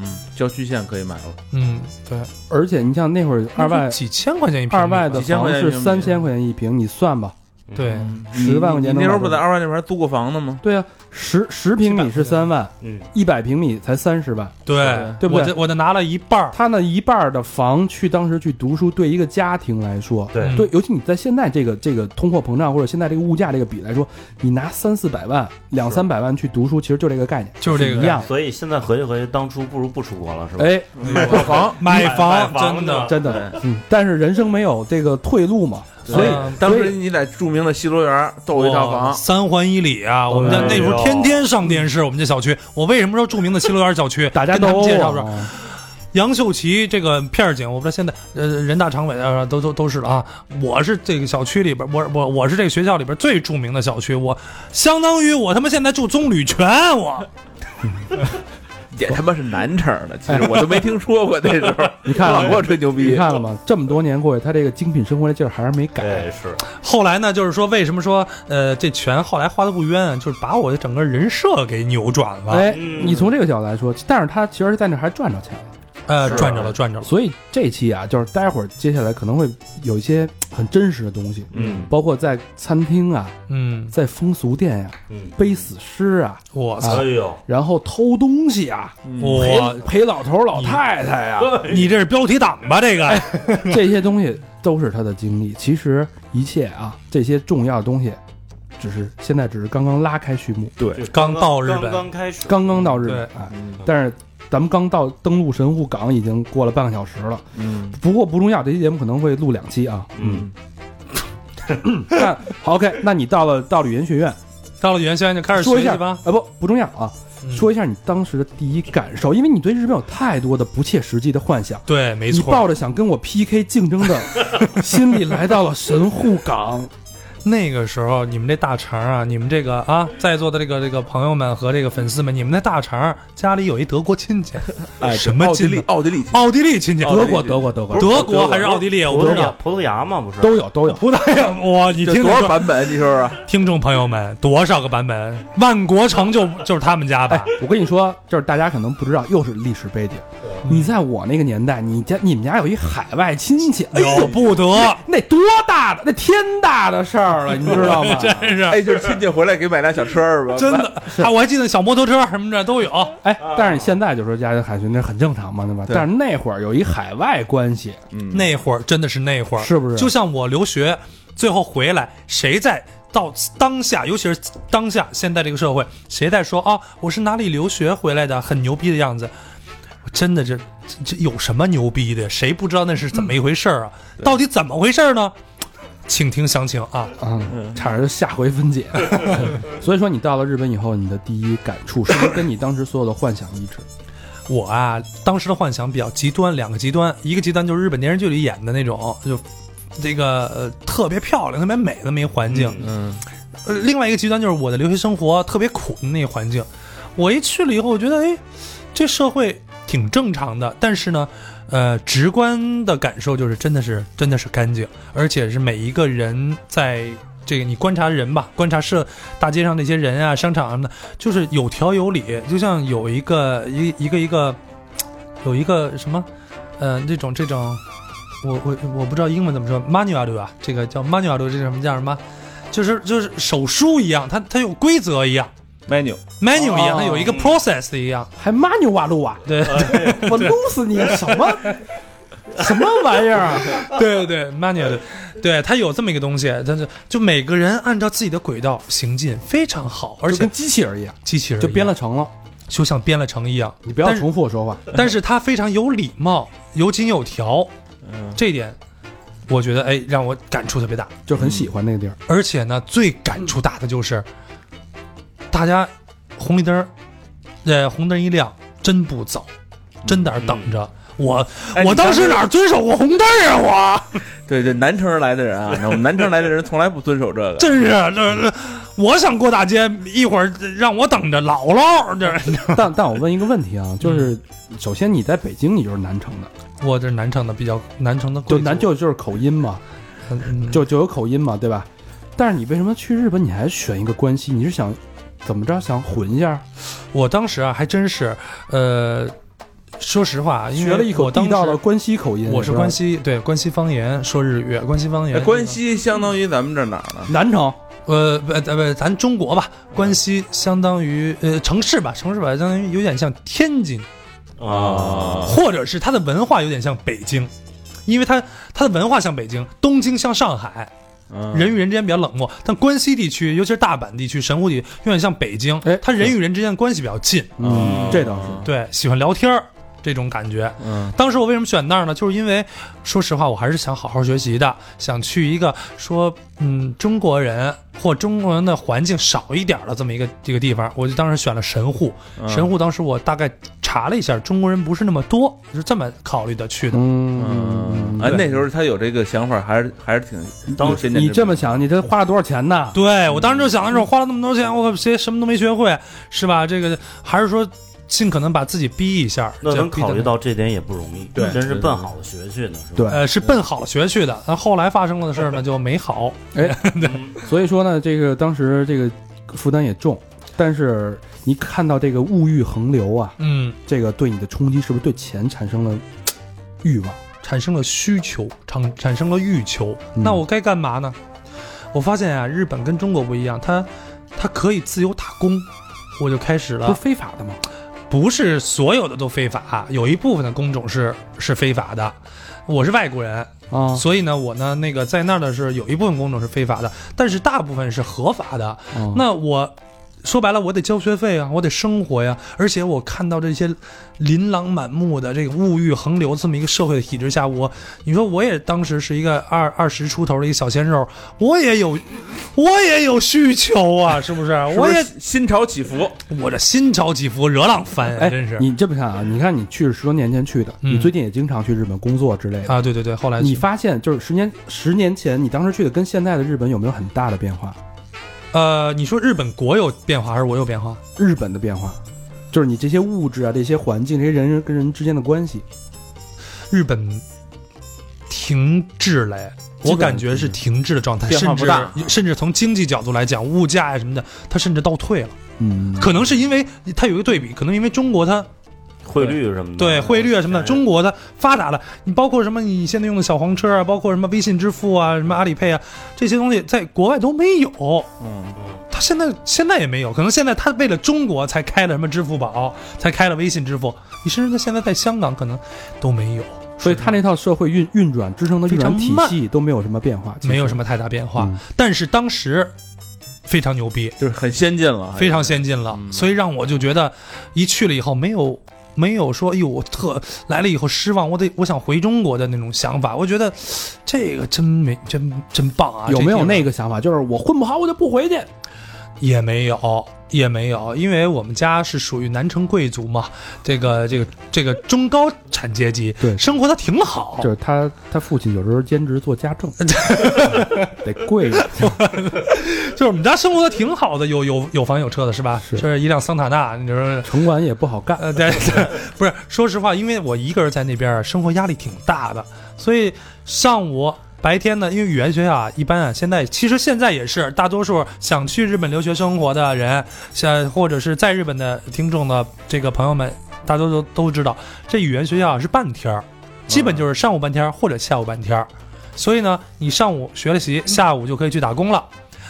[SPEAKER 2] 嗯，郊区县可以买了。
[SPEAKER 5] 嗯对
[SPEAKER 3] 而且你像那会儿二外
[SPEAKER 5] 几千块钱一平米
[SPEAKER 3] 二外的
[SPEAKER 2] 几千
[SPEAKER 3] 房
[SPEAKER 2] 块钱
[SPEAKER 3] 是
[SPEAKER 2] 人民
[SPEAKER 3] 三
[SPEAKER 2] 币
[SPEAKER 3] 千块钱一平，你算吧。
[SPEAKER 4] 嗯
[SPEAKER 5] 对
[SPEAKER 3] 10万块钱
[SPEAKER 2] 你你那时候
[SPEAKER 3] 能买
[SPEAKER 2] 不在二外那边租过房呢吗？
[SPEAKER 3] 对啊，十十平米是三万，
[SPEAKER 4] 嗯，
[SPEAKER 3] 一百平米才三十万。
[SPEAKER 5] 对
[SPEAKER 3] 对不对
[SPEAKER 5] 我得我得拿了一半儿，
[SPEAKER 3] 他那一半儿的房去当时去读书，对一个家庭来说，
[SPEAKER 4] 对
[SPEAKER 3] 对，尤其你在现在这个这个通货膨胀或者现在这个物价这个比来说，你拿三四百万、两三百万去读书，其实就这个概念，
[SPEAKER 5] 就是这个
[SPEAKER 3] 一样。
[SPEAKER 4] 所以现在合计合计，当初不如不出国了，是吧？
[SPEAKER 3] 哎，
[SPEAKER 2] 买过房，
[SPEAKER 5] 买
[SPEAKER 4] 买房
[SPEAKER 5] 真的
[SPEAKER 4] 子
[SPEAKER 3] 真的，嗯，但是人生没有这个退路嘛，所以
[SPEAKER 5] 嗯
[SPEAKER 2] 当
[SPEAKER 3] 啊所
[SPEAKER 2] 时
[SPEAKER 3] 以
[SPEAKER 2] 你在著名的西罗园斗一套
[SPEAKER 5] 哇
[SPEAKER 2] 房，
[SPEAKER 5] 三环以里啊，我们家那时候天天上电视，我们这小区。我为什么说著名的西罗园小区？
[SPEAKER 3] 大家
[SPEAKER 5] 跟他
[SPEAKER 3] 都
[SPEAKER 5] 们介绍说，
[SPEAKER 3] 啊
[SPEAKER 5] 杨秀奇这个片儿警，我不知道现在呃人大常委啊都都都是了啊。我是这个小区里边，我我我是这个学校里边最著名的小区，我相当于我他妈现在住棕榈泉，我
[SPEAKER 2] 也他妈是南城的，其实我都没听说过那时候。
[SPEAKER 3] 你看
[SPEAKER 2] 老给我
[SPEAKER 3] 了。
[SPEAKER 2] 吹牛逼，
[SPEAKER 3] 你看了吗？这么多年过去，他这个精品生活的劲儿还是没改
[SPEAKER 4] 哎，。是
[SPEAKER 5] 后来呢，就是说为什么说呃这拳后来花的不冤啊，就是把我的整个人设给扭转了，
[SPEAKER 3] 哎，
[SPEAKER 4] 嗯
[SPEAKER 3] 你从这个角度来说，但是他其实在那儿还赚着钱了。
[SPEAKER 5] 呃
[SPEAKER 4] 是
[SPEAKER 5] 转着了转着了，
[SPEAKER 3] 所以这期啊，就是待会儿接下来可能会有一些很真实的东西，
[SPEAKER 4] 嗯
[SPEAKER 3] 包括在餐厅啊，
[SPEAKER 5] 嗯，
[SPEAKER 3] 在风俗店呀、
[SPEAKER 4] 嗯，
[SPEAKER 3] 背死尸啊，
[SPEAKER 5] 我操，
[SPEAKER 4] 哎呦，
[SPEAKER 3] 然后偷东西啊，
[SPEAKER 5] 我
[SPEAKER 2] 哎
[SPEAKER 3] 陪陪老头老太太呀、
[SPEAKER 5] 你这是标题党吧？这个。
[SPEAKER 3] 这些东西都是他的经历。其实一切啊，这些重要的东西，只是现在只是刚刚拉开序幕，
[SPEAKER 4] 就
[SPEAKER 5] 刚到日本
[SPEAKER 4] 刚刚开始，
[SPEAKER 3] 刚刚到日本
[SPEAKER 5] 对
[SPEAKER 3] 啊，
[SPEAKER 2] 嗯
[SPEAKER 3] 但是。咱们刚到登陆神户港已经过了半个小时了，
[SPEAKER 2] 嗯
[SPEAKER 3] 不过不重要，这期节目可能会录两期啊。
[SPEAKER 4] 嗯，
[SPEAKER 3] 那好 OK，那你到了到了语言学院，
[SPEAKER 5] 到了原先就开始
[SPEAKER 3] 说一
[SPEAKER 5] 学
[SPEAKER 3] 下
[SPEAKER 5] 习吧。
[SPEAKER 3] 啊，不不重要啊，
[SPEAKER 5] 嗯
[SPEAKER 3] 说一下你当时的第一感受，因为你对日本有太多的不切实际的幻想。
[SPEAKER 5] 对，没
[SPEAKER 3] 你
[SPEAKER 5] 错
[SPEAKER 3] 抱。着想跟我 PK 竞争的心理来到了神户港，
[SPEAKER 5] 那个时候你们这大肠啊，你们这个啊，在座的这个这个朋友们和这个粉丝们，你们那大肠家里有一德国亲戚，
[SPEAKER 2] 哎，
[SPEAKER 5] 什么
[SPEAKER 2] 奥地
[SPEAKER 5] 金
[SPEAKER 2] 利
[SPEAKER 5] 呢，
[SPEAKER 2] 奥地利，
[SPEAKER 5] 奥地利亲戚，
[SPEAKER 2] 奥
[SPEAKER 3] 德
[SPEAKER 2] 地利
[SPEAKER 3] 国德国德国
[SPEAKER 5] 德国还是奥地利，啊我
[SPEAKER 4] 葡
[SPEAKER 5] 不
[SPEAKER 4] 萄
[SPEAKER 5] 知
[SPEAKER 4] 牙
[SPEAKER 5] 道。
[SPEAKER 4] 葡萄牙嘛，不是
[SPEAKER 3] 都有都有，
[SPEAKER 5] 葡萄牙， 哇！你
[SPEAKER 2] 这
[SPEAKER 5] 听
[SPEAKER 2] 多
[SPEAKER 5] 我
[SPEAKER 2] 少
[SPEAKER 5] 说
[SPEAKER 2] 版本？你说说，
[SPEAKER 5] 听众朋友们，多少个版本？万国长就就是他们家吧？
[SPEAKER 3] 哎我跟你说，就是大家可能不知道，又是历史背景。你在我那个年代，你家你们家有一海外亲戚，哎
[SPEAKER 5] 有
[SPEAKER 3] 呦，
[SPEAKER 5] 不得，
[SPEAKER 3] 那多大的那天大的事儿了，你知道 吗？
[SPEAKER 5] 真是
[SPEAKER 2] 哎，就是亲戚回来给买辆小车是吧？
[SPEAKER 5] 真的啊！我还记得小摩托车什么的都有，
[SPEAKER 3] 哎，但是你现在就说家庭海军，那很正常嘛，对吧？
[SPEAKER 2] 对
[SPEAKER 3] 但是那会儿有一海外关系，
[SPEAKER 2] 嗯，
[SPEAKER 5] 那会儿真的是那会儿，
[SPEAKER 3] 是不是
[SPEAKER 5] 就像我留学，最后回来，谁在到当下，尤其是当下现在这个社会，谁在说啊，我是哪里留学回来的，很牛逼的样子？我真的这这这有什么牛逼的？谁不知道那是怎么一回事
[SPEAKER 3] 嗯
[SPEAKER 5] 儿啊？到底怎么回事儿呢？请听详情啊！
[SPEAKER 3] 啊、差点就下回分 解。所以说，你到了日本以后，你的第一感触是不是跟你当时所有的幻想一致？
[SPEAKER 5] 我啊，当时的幻想比较极端，两个极端，一个极端就是日本电视剧里演的那种，就这个呃特别漂亮、特别美的那么一环境，
[SPEAKER 2] 嗯，
[SPEAKER 5] 呃，另外一个极端就是我的留学生活特别苦的那个环境，我一去了以后，我觉得哎，这社会挺正常的，但是呢，呃，直观的感受就是真的是真的是干净，而且是每一个人在这个你观察人吧，观察社大街上那些人啊、商场什么的，就是有条有理，就像有一个一一个一个有一个什么，呃，这种这种。我我我不知道英文怎么说，manual 对吧？这个叫 manual 这什么叫什么？就是就是手书一样，它它有规则一样
[SPEAKER 2] ，menu，
[SPEAKER 5] ，menu 一
[SPEAKER 3] 哦
[SPEAKER 5] 样，它有一个 process 的一样。
[SPEAKER 3] 还骂你哇路 啊！
[SPEAKER 5] 对
[SPEAKER 3] 我弄死你！什么什么玩意儿 啊？
[SPEAKER 5] 对对对，menu 的，对它有这么一个东西，但是就每个人按照自己的轨道行进，非常好，而
[SPEAKER 3] 就跟
[SPEAKER 5] 且
[SPEAKER 3] 机器人一样，
[SPEAKER 5] 机器人
[SPEAKER 3] 就编
[SPEAKER 5] 一样
[SPEAKER 3] 了成了。
[SPEAKER 5] 就像编了成一 样。
[SPEAKER 3] 你不要
[SPEAKER 5] 但是
[SPEAKER 3] 重复我说话。
[SPEAKER 5] 但是它非常有礼貌，有井有条，
[SPEAKER 2] 嗯，
[SPEAKER 5] 这一点我觉得哎让我感触特别大。
[SPEAKER 3] 就很喜欢那个地儿。
[SPEAKER 5] 而且呢，最感触大的就是，大家红绿灯儿，呃，红灯一亮，真不走，真在那儿等着。
[SPEAKER 3] 嗯
[SPEAKER 5] 我
[SPEAKER 2] 哎
[SPEAKER 5] 我
[SPEAKER 2] 你
[SPEAKER 5] 当时哪儿遵守过红灯儿啊？我
[SPEAKER 2] 对对，南城人来的人啊，那我们南城来的人从来不遵守这个，
[SPEAKER 5] 真是这这，我想过大街，一会儿让我等着姥姥。 这
[SPEAKER 3] 但但我问一个问题啊，就是首先你在北京，你就是南城的，
[SPEAKER 5] 我这是南城的比较南城的贵
[SPEAKER 3] 就
[SPEAKER 5] 族，
[SPEAKER 3] 南就就是口音嘛，
[SPEAKER 5] 嗯
[SPEAKER 3] 就就有口音嘛，对吧？但是你为什么去日本你还选一个关西？你是想怎么着？想混一下？
[SPEAKER 5] 我当时啊，还真是呃，说实话，因为
[SPEAKER 3] 学了一口
[SPEAKER 5] 我当
[SPEAKER 3] 地道的
[SPEAKER 5] 时
[SPEAKER 3] 关西口音。
[SPEAKER 5] 我是
[SPEAKER 3] 吧
[SPEAKER 5] 关西对关西方言说日语，关西方
[SPEAKER 2] 哎
[SPEAKER 5] 言
[SPEAKER 2] 关西相当于咱们这哪儿呢？
[SPEAKER 3] 南城，
[SPEAKER 5] 呃，不，呃不，咱中国吧，关西相当于呃城市吧，城市吧，相当于有点像天津，
[SPEAKER 4] 啊，
[SPEAKER 5] 或者是它的文化有点像北京，因为它它的文化像北京，东京像上海，
[SPEAKER 2] 嗯
[SPEAKER 5] 人与人之间比较冷漠，但关西地区，尤其是大阪地区、神户地区，有点像北京
[SPEAKER 3] 哎，
[SPEAKER 5] 它人与人之间的关系比较近，
[SPEAKER 3] 嗯，这倒是。
[SPEAKER 5] 对，喜欢聊天儿这种感觉。
[SPEAKER 2] 嗯
[SPEAKER 5] 当时我为什么选那儿呢？就是因为，说实话，我还是想好好学习的，想去一个说，嗯，中国人或中国人的环境少一点儿的这么一个这个地方。我就当时选了神户，
[SPEAKER 2] 嗯
[SPEAKER 5] 神户当时我大概查了一下，中国人不是那么多，是这么考虑的去的。
[SPEAKER 3] 嗯，
[SPEAKER 2] 哎，
[SPEAKER 5] 对
[SPEAKER 2] 那时候他有这个想法，还是还是挺
[SPEAKER 4] 当
[SPEAKER 2] 时
[SPEAKER 3] 你这么想，你这花了多少钱呢？
[SPEAKER 5] 对我当时就想的时候，花了那么多
[SPEAKER 4] 嗯
[SPEAKER 5] 钱，我谁什么都没学会，是吧？这个还是说尽可能把自己逼一下，
[SPEAKER 4] 那能
[SPEAKER 5] 就逼得
[SPEAKER 4] 考虑到这点也不容易，
[SPEAKER 2] 对
[SPEAKER 4] 真是奔好了学去呢，是
[SPEAKER 3] 对
[SPEAKER 4] 吧？
[SPEAKER 5] 呃，是奔好学去的，但后来发生了的事儿 呢，就没好。
[SPEAKER 3] 所以说呢，这个当时这个负担也重，但是你看到这个物欲横流啊，
[SPEAKER 5] 嗯，
[SPEAKER 3] 这个对你的冲击是不是对钱产生了欲望？
[SPEAKER 5] 产生了需求，产产生了欲求。
[SPEAKER 3] 嗯
[SPEAKER 5] 那我该干嘛呢？我发现啊，日本跟中国不一样，它它可以自由打工，我就开始
[SPEAKER 3] 不
[SPEAKER 5] 了。
[SPEAKER 3] 非法的吗？
[SPEAKER 5] 不是所有的都非法，有一部分的工种是是非法的。我是外国人，
[SPEAKER 3] 啊，
[SPEAKER 5] 所以呢，我呢那个在那儿的是有一部分工种是非法的，但是大部分是合法的。
[SPEAKER 3] 嗯
[SPEAKER 5] 那我说白了，我得交学费啊，我得生活呀、而且我看到这些琳琅满目的这个物欲横流这么一个社会的体制下，我你说我也当时是一个二二十出头的一个小鲜肉， 我也有我也有需求啊，是不是？
[SPEAKER 2] 是不
[SPEAKER 5] 我
[SPEAKER 2] 是
[SPEAKER 5] 也
[SPEAKER 2] 心潮起伏，
[SPEAKER 5] 我这心潮起伏，惹浪翻呀、
[SPEAKER 3] 哎
[SPEAKER 5] 真是，
[SPEAKER 3] 你这么看啊？你看你去是十多年前去的，
[SPEAKER 5] 嗯
[SPEAKER 3] 你最近也经常去日本工作之类的。
[SPEAKER 5] 啊，对对对，后来
[SPEAKER 3] 你发现就是十年十年前你当时去的跟现在的日本有没有很大的变化？
[SPEAKER 5] 呃，你说日本国有变化还是我有变化？
[SPEAKER 3] 日本的变化，就是你这些物质啊，这些环境，这些人跟人之间的关系，
[SPEAKER 5] 日本停滞嘞，
[SPEAKER 3] 基本
[SPEAKER 5] 我感觉是停滞的状态，
[SPEAKER 2] 变化
[SPEAKER 5] 甚
[SPEAKER 2] 不
[SPEAKER 5] 至
[SPEAKER 2] 大
[SPEAKER 5] 甚至从经济角度来讲，物价呀什么的，它甚至倒退了。
[SPEAKER 3] 嗯，
[SPEAKER 5] 可能是因为它有一个对比，可能因为中国它
[SPEAKER 4] 汇率什么的，哎
[SPEAKER 5] 对汇率啊什么的，嗯中国它发达了，你包括什么你现在用的小黄车啊，包括什么微信支付啊，什么阿里配啊，这些东西在国外都没有。
[SPEAKER 2] 嗯，
[SPEAKER 5] 他现在现在也没有，可能现在他为了中国才开了什么支付宝，才开了微信支付。你甚至现在在香港可能都没有，
[SPEAKER 3] 所以他那套社会运运转支撑的运转体
[SPEAKER 5] 非常
[SPEAKER 3] 系都没有什么变化，
[SPEAKER 5] 没有什
[SPEAKER 3] 么
[SPEAKER 5] 么太大变
[SPEAKER 3] 嗯
[SPEAKER 5] 化。但是当时非常牛逼，
[SPEAKER 2] 就是很先进
[SPEAKER 3] 哎
[SPEAKER 2] 了，
[SPEAKER 5] 非常先进了，
[SPEAKER 2] 嗯
[SPEAKER 5] 所以让我就觉得一去了以后没有没有说哎呦我特来了以后失望，我得我想回中国的那种想法。我觉得这个真没真真棒啊！
[SPEAKER 3] 有没有那
[SPEAKER 5] 个哦
[SPEAKER 3] 个想法？就是我混不好，我就不回去。
[SPEAKER 5] 也没有。也没有，因为我们家是属于南城贵族嘛，这个这个这个中高产阶级，
[SPEAKER 3] 对
[SPEAKER 5] 生活的挺好，
[SPEAKER 3] 就是他，他父亲有时候兼职做 家政，得跪着。
[SPEAKER 5] 就是我们家生活的挺好的，有有有房有车的是吧？
[SPEAKER 3] 是
[SPEAKER 5] 就是一辆桑塔纳，你说
[SPEAKER 3] 城管也不好干。
[SPEAKER 5] 呃，对对， 不是，说实话，因为我一个人在那边儿，生活压力挺大的，所以上午白天呢，因为语言学校啊，一般啊，现在其实现在也是，大多数想去日本留学生活的人，像或者是在日本的听众的这个朋友们，大多都都知道，这语言学校啊是半天儿，基本就是上午半天儿或者下午半天儿，所以呢，你上午学了习，下午就可以去打工了。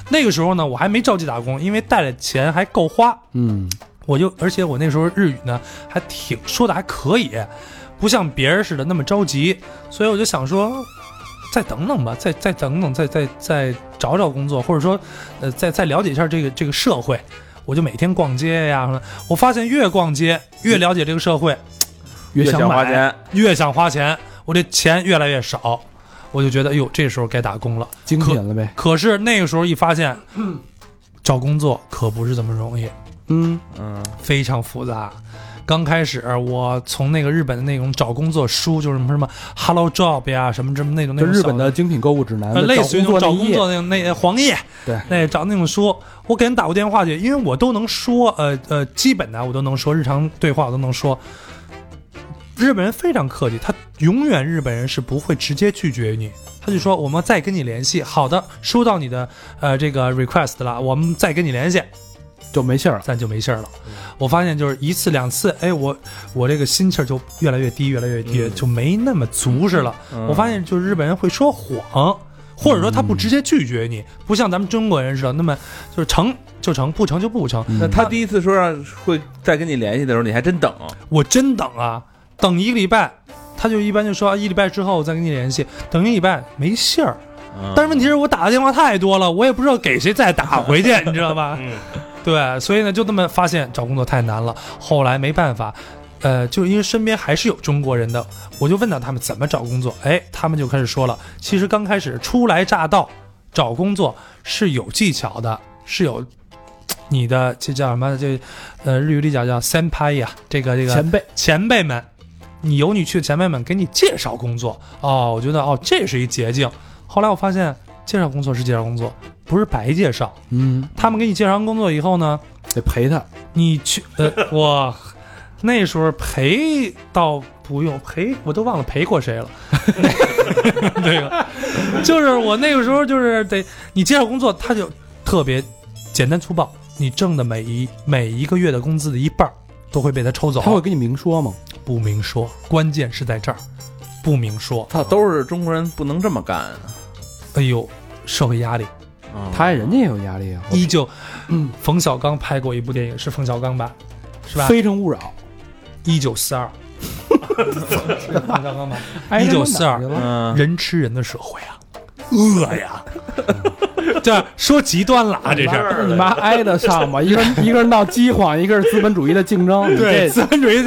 [SPEAKER 5] 那个时候呢，我还没着急打工，因为带的钱还够花。
[SPEAKER 3] 嗯，
[SPEAKER 5] 我就而且我那时候日语呢还挺说的还可以，不像别人似的那么着急，所以我就想说，再等等吧，再再等等，再再再找找工作，或者说，呃，再再了解一下这个这个社会。我就每天逛街呀、什么我发现越逛街越了解这个社会，
[SPEAKER 3] 越
[SPEAKER 2] 想
[SPEAKER 3] 想
[SPEAKER 2] 花
[SPEAKER 3] 买，
[SPEAKER 2] 钱，
[SPEAKER 5] 越哎想花钱，我这钱越来越少，我就觉得，哎呦，这时候该打工了。
[SPEAKER 3] 精品了呗。
[SPEAKER 5] 可是那个时候一发现，找工作可不是这么容易。
[SPEAKER 3] 嗯，
[SPEAKER 2] 嗯，
[SPEAKER 5] 非常复杂。刚开始我从那个日本的那种找工作书，就是什么什么 Hello Job 呀，什么什么那种那
[SPEAKER 3] 就
[SPEAKER 5] 种
[SPEAKER 3] 日
[SPEAKER 5] 小
[SPEAKER 3] 本的精品购物指南
[SPEAKER 5] 呃，，类似于那种找
[SPEAKER 3] 那一
[SPEAKER 5] 工
[SPEAKER 3] 页
[SPEAKER 5] 作那种那那黄页，
[SPEAKER 3] 对
[SPEAKER 5] 那找那种书，我给人打过电话去，因为我都能说，呃呃，基本的我都能说，日常对话我都能说。日本人非常客气，他永远日本人是不会直接拒绝你，他就说我们再跟你联系，好的，收到你的呃这个 request 了，我们再跟你联系。
[SPEAKER 3] 就没信儿了。
[SPEAKER 5] 咱就没信儿了。我发现就是一次两次，哎，我我这个心气儿就越来越低，越来越低，就没那么足实了。
[SPEAKER 2] 嗯
[SPEAKER 5] 我发现就是日本人会说谎，或者说他不直接拒绝你，不像咱们中国人似的，那么就是成就成，不成就不成。
[SPEAKER 2] 那他第一次说让会再跟你联系的时候，你还真等，
[SPEAKER 5] 我真等啊，等一个礼拜，他就一般就说啊一礼拜之后我再跟你联系，等一个礼拜没信儿。但是问题是我打的电话太多了，我也不知道给谁再打回去，你知道吧？对，所以呢，就这么发现找工作太难了。后来没办法，呃，就因为身边还是有中国人的，我就问到他们怎么找工作，哎，他们就开始说了，其实刚开始初来乍到找工作是有技巧的，是有。你的这叫什么？这，呃，日语里讲叫 senpai 呀、这个这个
[SPEAKER 3] 前辈，
[SPEAKER 5] 前辈们，你有你去的前辈们给你介绍工作哦，我觉得哦这是一捷径。后来我发现介绍工作是介绍工作，不是白介绍。
[SPEAKER 3] 嗯，
[SPEAKER 5] 他们给你介绍完工作以后呢，
[SPEAKER 3] 得陪他。
[SPEAKER 5] 你去呃 我那时候陪倒不用陪，我都忘了陪过谁了。 那个就是我那个时候就是得你介绍工作，他就特别简单粗暴，你挣的每一每一个月的工资的一半儿都会被他抽走。
[SPEAKER 3] 他会跟你明说吗？
[SPEAKER 5] 不明说，关键是在这儿，不明说。
[SPEAKER 2] 操，都是中国人不能这么干
[SPEAKER 5] 哎呦，社会压力
[SPEAKER 2] 啊，
[SPEAKER 3] 他人家也有压力啊。
[SPEAKER 5] 依旧。
[SPEAKER 3] 嗯，
[SPEAKER 5] 冯小刚拍过一部电影，是冯小刚吧？是吧？
[SPEAKER 3] 非诚勿扰，
[SPEAKER 5] 一九四二，是冯小 刚吧？
[SPEAKER 3] 挨着
[SPEAKER 5] 1942
[SPEAKER 3] 哪儿去了
[SPEAKER 2] 嗯，
[SPEAKER 5] 人吃人的社会啊，饿呀，这说极端了啊，这事儿。
[SPEAKER 3] 你妈挨得上吗？一个一个是闹饥荒，一个是资本主义的竞争。你
[SPEAKER 5] 对，
[SPEAKER 3] 这
[SPEAKER 5] 资本主义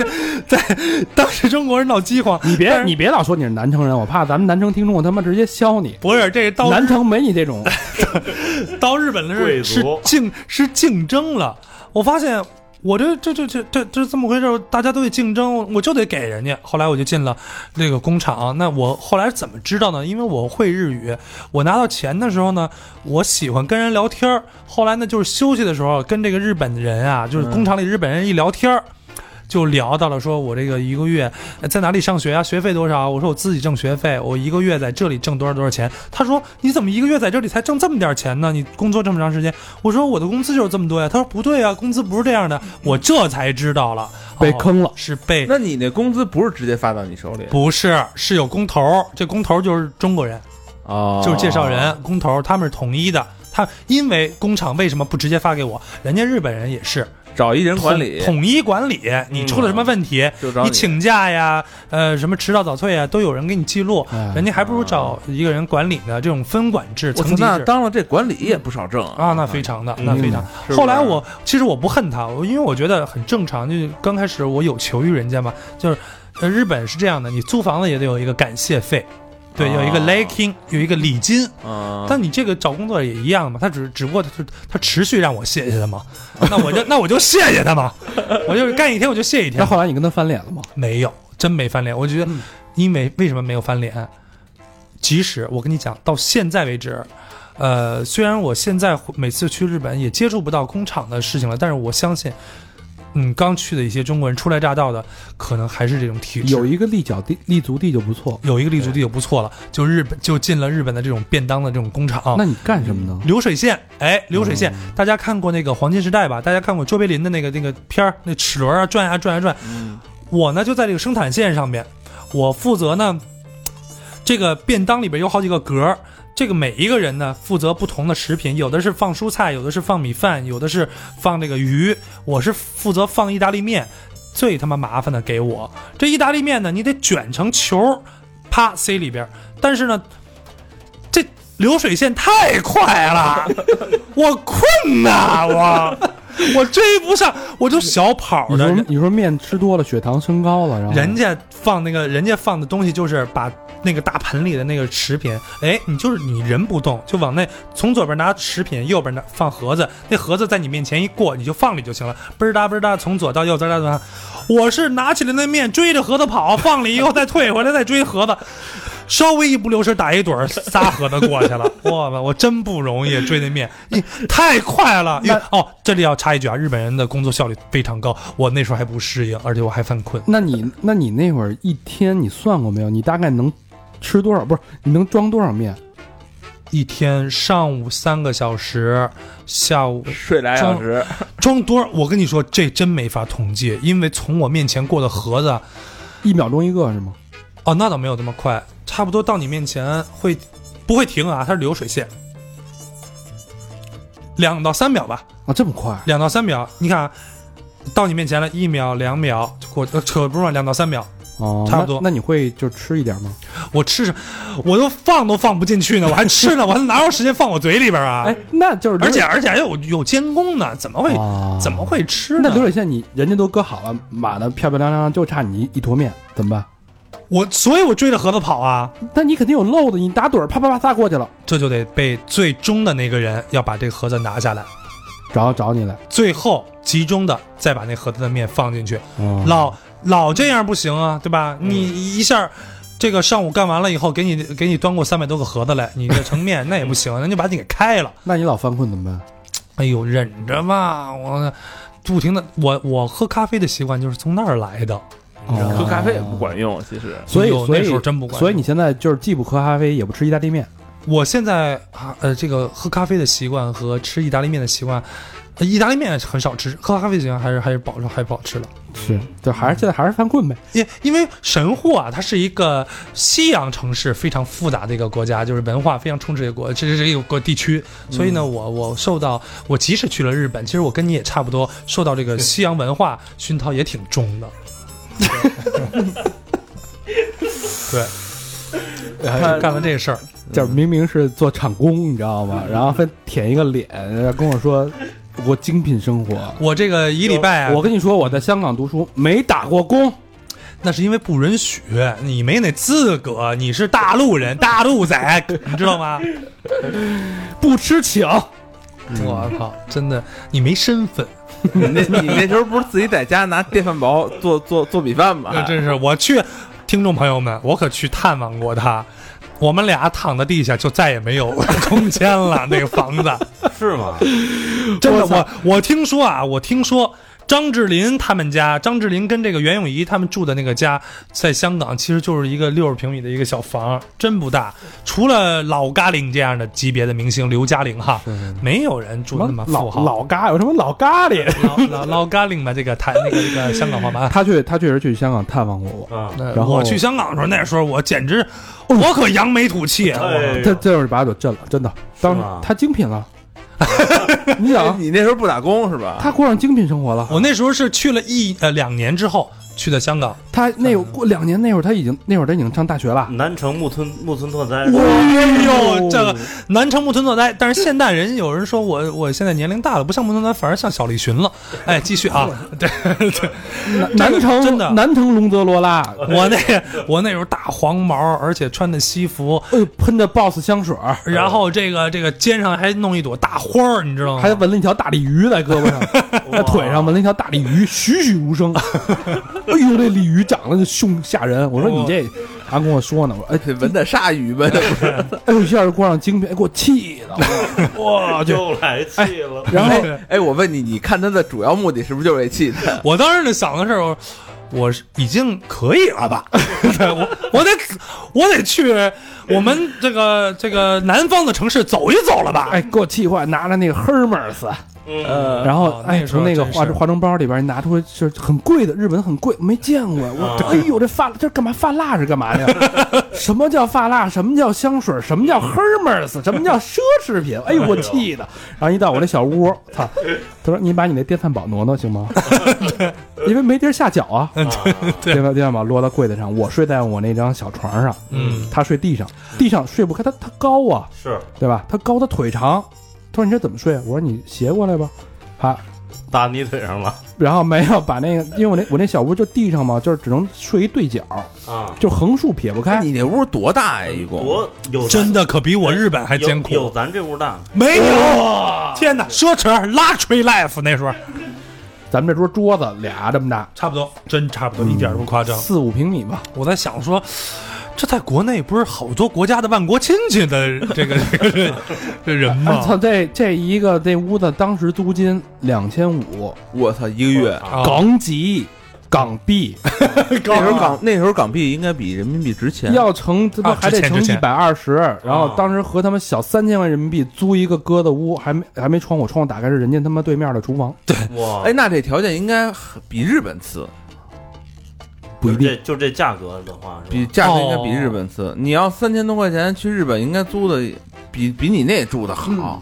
[SPEAKER 5] 在在当时中国人闹饥荒，
[SPEAKER 3] 你别你别老说你是南城人，我怕咱们南城听众我他妈直接削你。
[SPEAKER 5] 不是这到
[SPEAKER 3] 南城没你这种，哦
[SPEAKER 5] 到日本的
[SPEAKER 6] 贵
[SPEAKER 5] 是是
[SPEAKER 6] 族
[SPEAKER 5] 竞是竞争了。我发现我这这这这这这这么回事儿，大家都得竞争，我就得给人家。后来我就进了那个工厂，那我后来怎么知道呢？因为我会日语，我拿到钱的时候呢，我喜欢跟人聊天儿。后来呢，就是休息的时候跟这个日本人啊，就是工厂里日本人一聊天儿。就聊到了，说我这个一个月呃在哪里上学啊，学费多少啊？我说我自己挣学费，我一个月在这里挣多少多少钱。他说你怎么一个月在这里才挣这么点钱呢？你工作这么长时间，我说我的工资就是这么多呀。他说不对呀、啊工资不是这样的。我这才知道了，
[SPEAKER 3] 被
[SPEAKER 5] 哦
[SPEAKER 3] 坑了
[SPEAKER 5] 是被
[SPEAKER 2] 那你那工资不是直接发到你手里
[SPEAKER 5] 不是是有工头儿，这工头儿就是中国人，
[SPEAKER 2] 哦
[SPEAKER 5] 就是介绍人、工头儿，他们是统一的。他因为工厂为什么不直接发给我？人家日本人也是
[SPEAKER 2] 找一人管理，嗯
[SPEAKER 5] 统统一管理，你出了什么问题，
[SPEAKER 2] 就找
[SPEAKER 5] 你请假呀，呃，什么迟到早退呀，都有人给你记录，
[SPEAKER 3] 哎
[SPEAKER 5] 人家还不如找一个人管理呢。这种分管制、
[SPEAKER 2] 嗯我
[SPEAKER 5] 层
[SPEAKER 2] 操，
[SPEAKER 5] 级
[SPEAKER 2] 那
[SPEAKER 5] 制
[SPEAKER 2] 当了这管理也不少挣
[SPEAKER 5] 啊，那非常的，那非常。
[SPEAKER 2] 是不是
[SPEAKER 5] 后来我其实我不恨他，我因为我觉得很正常，就是刚开始我有求于人家嘛，就是呃，日本是这样的，你租房子也得有一个感谢费。对，有一个
[SPEAKER 2] 啊
[SPEAKER 5] liking，有一个礼金，
[SPEAKER 2] 啊，
[SPEAKER 5] 但你这个找工作也一样嘛，他只只不过他是他持续让我谢谢他嘛，那我就 那我就谢谢他嘛，我就是干一天我就谢一天
[SPEAKER 3] 那。后来你跟他翻脸了吗？
[SPEAKER 5] 没有，真没翻脸。我觉得，
[SPEAKER 3] 嗯
[SPEAKER 5] 因为为什么没有翻脸？即使我跟你讲，到现在为止，呃，虽然我现在回每次去日本也接触不到工厂的事情了，但是我相信，嗯，刚去的一些中国人初来乍到的，可能还是这种体质。
[SPEAKER 3] 有一个立脚地立足地就不错。
[SPEAKER 5] 有一个立足地就不错了，就日本就进了日本的这种便当的这种工厂。
[SPEAKER 3] 那你嗯干什么呢？
[SPEAKER 5] 流水线，哎，流水线，大家看过那个黄金时代吧？大家看过卓别林的那个那个片儿，那齿轮啊转呀、转呀、转。
[SPEAKER 2] 嗯
[SPEAKER 5] 我呢就在这个生产线上面，我负责呢，这个便当里边有好几个格儿。这个每一个人呢，负责不同的食品，有的是放蔬菜，有的是放米饭，有的是放这个鱼。我是负责放意大利面，最他妈麻烦的给我这意大利面呢，你得卷成球儿，啪塞里边儿。但是呢，这流水线太快了，我困呐，我我追不上，我就小跑
[SPEAKER 3] 你
[SPEAKER 5] 的。
[SPEAKER 3] 说
[SPEAKER 5] 人
[SPEAKER 3] 你说面吃多了，血糖升高了，然后
[SPEAKER 5] 嗯人家放那个，人家放的东西就是把那个大盆里的那个食品，哎，你就是你人不动，就往那从左边拿食品，右边拿放盒子，那盒子在你面前一过，你就放里就行了，嘣儿哒嘣儿哒，从左到右，滋儿哒滋儿哒。我是拿起来那面追着盒子跑，放里以后再退回来，再追盒子，稍微一不留神打一盹儿，仨盒子过去了。我吧，我真不容易追那面，你太快了。因为哦，这里要插一句啊，日本人的工作效率非常高，我那时候还不适应，而且我还犯困。
[SPEAKER 3] 那你那你那会儿一天你算过没有？你大概能吃多少？不是你能装多少面？
[SPEAKER 5] 一天上午三个小时，下午
[SPEAKER 2] 睡俩小时，
[SPEAKER 5] 装多少？我跟你说，这真没法统计，因为从我面前过的盒子，
[SPEAKER 3] 一秒钟一个是吗？
[SPEAKER 5] 哦，那倒没有那么快，差不多到你面前会不会停啊？它是流水线，两到三秒吧，
[SPEAKER 3] 啊，这么快？
[SPEAKER 5] 两到三秒。你看啊，到你面前了，一秒、两秒就过，呃，扯不是两到三秒。
[SPEAKER 3] 哦，
[SPEAKER 5] 差不多
[SPEAKER 3] 那。那你会就吃一点吗？
[SPEAKER 5] 我吃什，我都放都放不进去呢，我还吃呢，我还哪有时间放我嘴里边啊？
[SPEAKER 3] 哎，那就是
[SPEAKER 5] 而且而且还有有监工呢，怎么会、
[SPEAKER 3] 啊
[SPEAKER 5] 怎么会吃
[SPEAKER 3] 那
[SPEAKER 5] 呢？
[SPEAKER 3] 流水线你人家都割好了，码的漂漂亮亮，就差你一坨面，怎么办？
[SPEAKER 5] 我所以，我追着盒子跑啊，
[SPEAKER 3] 那你肯定有漏的，你打盹儿啪啪啪撒过去了，
[SPEAKER 5] 这就得被最终的那个人要把这个盒子拿下来，
[SPEAKER 3] 找找你来。
[SPEAKER 5] 最后集中的再把那盒子的面放进去。
[SPEAKER 3] 嗯
[SPEAKER 5] 老老这样不行啊，对吧？你一下。这个上午干完了以后，给你给你端过三百多个盒子来，你这盛面那也不行，人家把你给开了。
[SPEAKER 3] 那你老犯困怎么办？
[SPEAKER 5] 哎呦，忍着吧，我不停的，我我喝咖啡的习惯就是从那儿来的。
[SPEAKER 2] 喝
[SPEAKER 3] 哦
[SPEAKER 2] 咖啡也不管用，其实
[SPEAKER 3] 所以
[SPEAKER 5] 有
[SPEAKER 3] 所
[SPEAKER 5] 那时候
[SPEAKER 3] 以
[SPEAKER 5] 真不管
[SPEAKER 3] 所以你现在就是既不喝咖啡，也不吃意大利面。
[SPEAKER 5] 我现在啊，呃，这个喝咖啡的习惯和吃意大利面的习惯，呃意大利面很少吃，喝咖啡习惯还是还是保还是保持了。
[SPEAKER 3] 是，就还是现在还是犯困呗。
[SPEAKER 5] 因因为神户啊，它是一个西洋城市，非常复杂的一个国家，就是文化非常充斥的一个国，这这是一个国地区。所以呢，我我受到我即使去了日本，其实我跟你也差不多，受到这个西洋文化熏陶也挺重的。对，
[SPEAKER 3] 他
[SPEAKER 5] 干了这事儿，
[SPEAKER 3] 就是明明是做厂工，你知道吗？然后非舔一个脸，跟我说我精品生活。
[SPEAKER 5] 我这个一礼拜啊，
[SPEAKER 3] 我跟你说，我在香港读书没打过工，
[SPEAKER 5] 那是因为不允许，你没那资格，你是大陆人，大陆仔，你知道吗？
[SPEAKER 3] 不吃请。
[SPEAKER 5] 我靠，真的，你没身份，
[SPEAKER 2] 你那你那时候不是自己在家拿电饭煲做做做米饭吗？
[SPEAKER 5] 那真是我去，听众朋友们，我可去探望过他。我们俩躺在地下，就再也没有 空间了。那个房子，
[SPEAKER 4] 是吗？
[SPEAKER 5] 真的，
[SPEAKER 3] 我操
[SPEAKER 5] 我我听说啊，我听说张智霖他们家，张智霖跟这个袁咏仪他们住的那个家，在香港其实就是一个六十平米的一个小房，真不大。除了老嘉玲这样的级别的明星刘嘉玲哈，没有人住那么富
[SPEAKER 3] 老
[SPEAKER 5] 豪。
[SPEAKER 3] 老咖有什么老咖喱？
[SPEAKER 5] 老老老嘉玲吧，这个台那个那个香港话吧。
[SPEAKER 3] 他确他确实去香港探望过我，
[SPEAKER 4] 啊，
[SPEAKER 5] 那
[SPEAKER 3] 然后
[SPEAKER 5] 我去香港的时候，那时候我简直，我可扬眉吐气啊！
[SPEAKER 4] 哎
[SPEAKER 3] 他这就是把我震了，真的。当时
[SPEAKER 4] 吗
[SPEAKER 3] 他精品了，你
[SPEAKER 5] 啊
[SPEAKER 3] 想
[SPEAKER 2] 哎你那时候不打工是吧？
[SPEAKER 3] 他过上精品生活了。
[SPEAKER 5] 我那时候是去了一呃两年之后去的香港，
[SPEAKER 3] 他那会
[SPEAKER 5] 嗯
[SPEAKER 3] 儿过两年那会儿他已经那会儿他已经上大学了。
[SPEAKER 4] 南城木村木村拓哉，
[SPEAKER 5] 哎呦，这个南城木村拓哉。但是现代人有人说我我现在年龄大了，不像木村拓哉，反而像小栗旬了。哎，继 续啊，对对，
[SPEAKER 3] 南
[SPEAKER 5] 这个
[SPEAKER 3] 城
[SPEAKER 5] 真的
[SPEAKER 3] 南城龙泽罗拉，
[SPEAKER 5] 我那我那时候大黄毛，而且穿的西服，
[SPEAKER 3] 哎呦，喷着 boss 香水儿，
[SPEAKER 5] 然后这个这个肩上还弄一朵大花儿，你知道吗？
[SPEAKER 3] 还纹了一条大鲤鱼在胳膊 上，在腿上纹了一条大鲤鱼，栩栩如生。哎呦，这鲤鱼长得就凶吓人。我说你这，还跟我说呢，我说哎
[SPEAKER 2] 这闻的鳝鱼呗，那不是
[SPEAKER 3] 哎呦，一下就过上精品，哎给我气 的，我 去。
[SPEAKER 4] 又来
[SPEAKER 5] 哎
[SPEAKER 4] 气了。
[SPEAKER 3] 然后
[SPEAKER 5] 对
[SPEAKER 2] 哎，我问你，你看他的主要目的是不是就是为 气他？
[SPEAKER 5] 我当时就想的是，我我是已经可以了吧？ 对我我得我得去我们这个这个南方的城市走一走了吧？
[SPEAKER 3] 哎，给我气坏，拿着那个 Hermes，
[SPEAKER 4] 嗯，
[SPEAKER 3] 然后
[SPEAKER 5] 哦那
[SPEAKER 3] 哎，
[SPEAKER 5] 时
[SPEAKER 3] 从
[SPEAKER 5] 候
[SPEAKER 3] 那个
[SPEAKER 5] 真
[SPEAKER 3] 化
[SPEAKER 5] 是
[SPEAKER 3] 化妆包里边拿出就是很贵的，日本很贵，没见过。我哎呦，这发这干嘛？发蜡是干嘛的？ 什么叫发蜡？什么叫香水？什么叫 Hermes？什么叫奢侈品？哎呦，我气的。然后一到我这小屋，操！他说：“你把你那电饭煲挪挪行吗？ 因为没地儿下脚啊。电饭电饭煲落到柜子上，我睡在我那张小床上，
[SPEAKER 5] 嗯，
[SPEAKER 3] 他睡地上，地上睡不开，他他高啊。”
[SPEAKER 4] 是
[SPEAKER 3] 对吧？他高，他腿长。他说你这怎么睡啊？我说你斜过来吧。好，
[SPEAKER 4] 搭你腿上了
[SPEAKER 3] 然后没有把那个，因为我那我那小屋就地上嘛，就是只能睡一对角，
[SPEAKER 4] 啊，
[SPEAKER 3] 就横竖撇不
[SPEAKER 2] 哎，
[SPEAKER 3] 开。
[SPEAKER 2] 你那屋多大呀？一共？
[SPEAKER 4] 我有
[SPEAKER 5] 真
[SPEAKER 4] 的
[SPEAKER 5] 的可比我日本还艰
[SPEAKER 4] 有
[SPEAKER 5] 苦。
[SPEAKER 4] 咱这屋大，
[SPEAKER 5] 没有，天哪，奢侈 luxury life 那时候
[SPEAKER 3] 咱们这桌桌子俩这么大，
[SPEAKER 5] 差不多，真差不多，一点都不夸张。
[SPEAKER 3] 四五平米吧。
[SPEAKER 5] 嗯我在想说，这在国内不是好多国家的万国亲戚的这个 这个这人
[SPEAKER 3] 我操、
[SPEAKER 5] 吗？
[SPEAKER 3] 这这一个这屋子当时租金两千五
[SPEAKER 2] 我操，一个月。
[SPEAKER 4] 啊
[SPEAKER 5] 啊
[SPEAKER 3] 港币，港币
[SPEAKER 2] 那时候港那时候港币应该比人民币值钱。
[SPEAKER 3] 要乘他妈还得
[SPEAKER 5] 啊值钱
[SPEAKER 3] 乘
[SPEAKER 5] 值
[SPEAKER 3] 一
[SPEAKER 5] 钱啊
[SPEAKER 3] 百二十，然后当时和他们小三千万人民币租一个鸽子屋，还没还没窗户，窗户打开是人家他妈对面的厨房，
[SPEAKER 4] 哇，
[SPEAKER 2] 哎，，那这条件应该比日本次，
[SPEAKER 3] 不一定。
[SPEAKER 4] 就这价格的话，是吧
[SPEAKER 2] 比价格应该
[SPEAKER 5] 哦
[SPEAKER 2] 比日本次。你要三千多块钱去日本，应该租的比比你那住的好。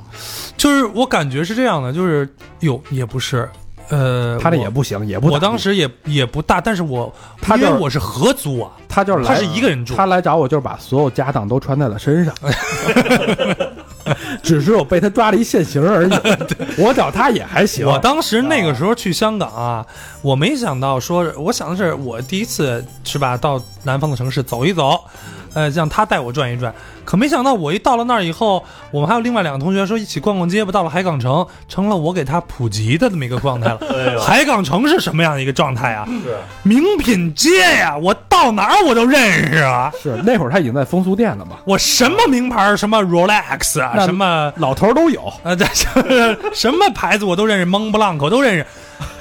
[SPEAKER 5] 就是我感觉是这样的，就是有也不是，呃，
[SPEAKER 3] 他这
[SPEAKER 5] 我
[SPEAKER 3] 也不行，也不
[SPEAKER 5] 我
[SPEAKER 3] 打
[SPEAKER 5] 当时也也不大，但是我
[SPEAKER 3] 他
[SPEAKER 5] 因
[SPEAKER 3] 就
[SPEAKER 5] 为
[SPEAKER 3] 是
[SPEAKER 5] 我是合租啊，
[SPEAKER 3] 他就是
[SPEAKER 5] 他
[SPEAKER 3] 来
[SPEAKER 5] 是一个人住，
[SPEAKER 3] 他来找我，就是把所有家当都穿在了身上， 只是我被他抓了一现行 而已。我找他也还行，
[SPEAKER 5] 我当时那个时候去香港啊，我没想到说，我想的是我第一次是吧，到南方的城市走一走，呃，让他带我转一转。可没想到我一到了那儿以后，我们还有另外两个同学说一起逛逛街吧。到了海港城，成了我给他普及的这么一个状态
[SPEAKER 4] 哎
[SPEAKER 5] 了。
[SPEAKER 4] 呦
[SPEAKER 5] 海港城是什么样的一个状态啊？
[SPEAKER 4] 是
[SPEAKER 5] 名品街呀、我到哪儿我都认识啊。
[SPEAKER 3] 是那会儿他已经在风俗店了嘛，
[SPEAKER 5] 我什么名牌儿，什么 Rolex 啊，
[SPEAKER 3] 那
[SPEAKER 5] 什么
[SPEAKER 3] 老头儿都有。
[SPEAKER 5] 呃，这这什么牌子我都认识，蒙布朗克我都认识，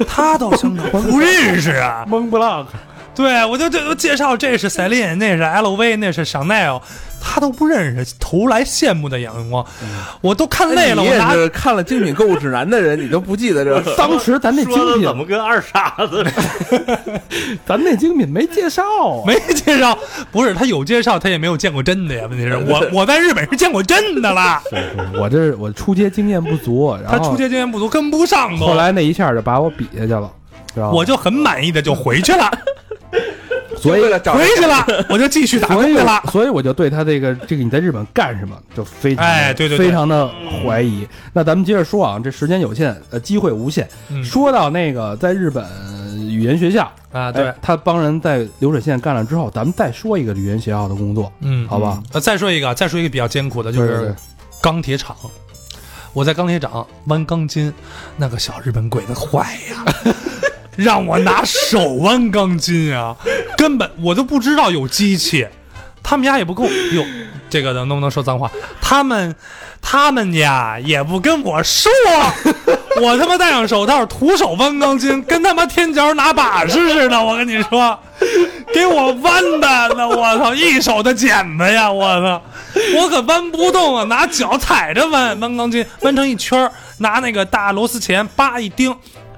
[SPEAKER 5] 他到香港不认识啊。
[SPEAKER 3] 蒙布朗，
[SPEAKER 5] 对，我就就就介绍这是 Celine，那是 LV，那是 Chanel，他都不认识，投来羡慕的眼光，我都看累了，
[SPEAKER 2] 哎你
[SPEAKER 5] 我
[SPEAKER 2] 也
[SPEAKER 5] 拿
[SPEAKER 2] 是看了《精品购物指南》的人，你都不记得这 事儿。
[SPEAKER 3] 当时咱那精
[SPEAKER 4] 说的怎
[SPEAKER 3] 品，
[SPEAKER 4] 么跟二傻子似的？
[SPEAKER 3] 咱那精品没介绍啊。
[SPEAKER 5] 没介绍，不是他有介绍，他也没有见过真的呀。问题是我我在日本是见过真的啦，
[SPEAKER 3] 我这我出街经验不足，然
[SPEAKER 5] 他
[SPEAKER 3] 后
[SPEAKER 5] 出街经验不足，跟不上都。
[SPEAKER 3] 后来那一下就把我比下去了，知道吧？
[SPEAKER 5] 我就很满意的就回去了。
[SPEAKER 3] 所以
[SPEAKER 2] 就为了找
[SPEAKER 5] 回去了，我就继续打
[SPEAKER 3] 所
[SPEAKER 5] 工
[SPEAKER 3] 以
[SPEAKER 5] 去了。
[SPEAKER 3] 所以我就对他这个这个你在日本干什么就非常
[SPEAKER 5] 哎对对对
[SPEAKER 3] 非常的怀疑。那咱们接着说啊，这时间有限，呃，机会无限。
[SPEAKER 5] 嗯
[SPEAKER 3] 说到那个在日本语言学校，
[SPEAKER 5] 啊，对
[SPEAKER 3] 哎，他帮人在流水线干了之后，咱们再说一个语言学校的工作，
[SPEAKER 5] 嗯，
[SPEAKER 3] 好吧？
[SPEAKER 5] 呃，再说一个啊，再说一个比较艰苦的，就
[SPEAKER 3] 对对
[SPEAKER 5] 是
[SPEAKER 3] 对
[SPEAKER 5] 钢铁厂。我在钢铁厂弯钢筋，那个小日本鬼子坏呀， 让我拿手弯钢筋啊，根本我都不知道有机器，他们家也不跟我哟， 这个能不能说脏话？他们他们家也不跟我 说，我他妈戴上手套，徒手弯钢筋，跟他妈天桥拿把式似的，我跟你说。给我弯的，那我操，一手的剪子呀，我操，我可弯不动啊，拿脚踩着弯，弯钢筋弯成一圈儿，拿那个大螺丝钳叭一钉，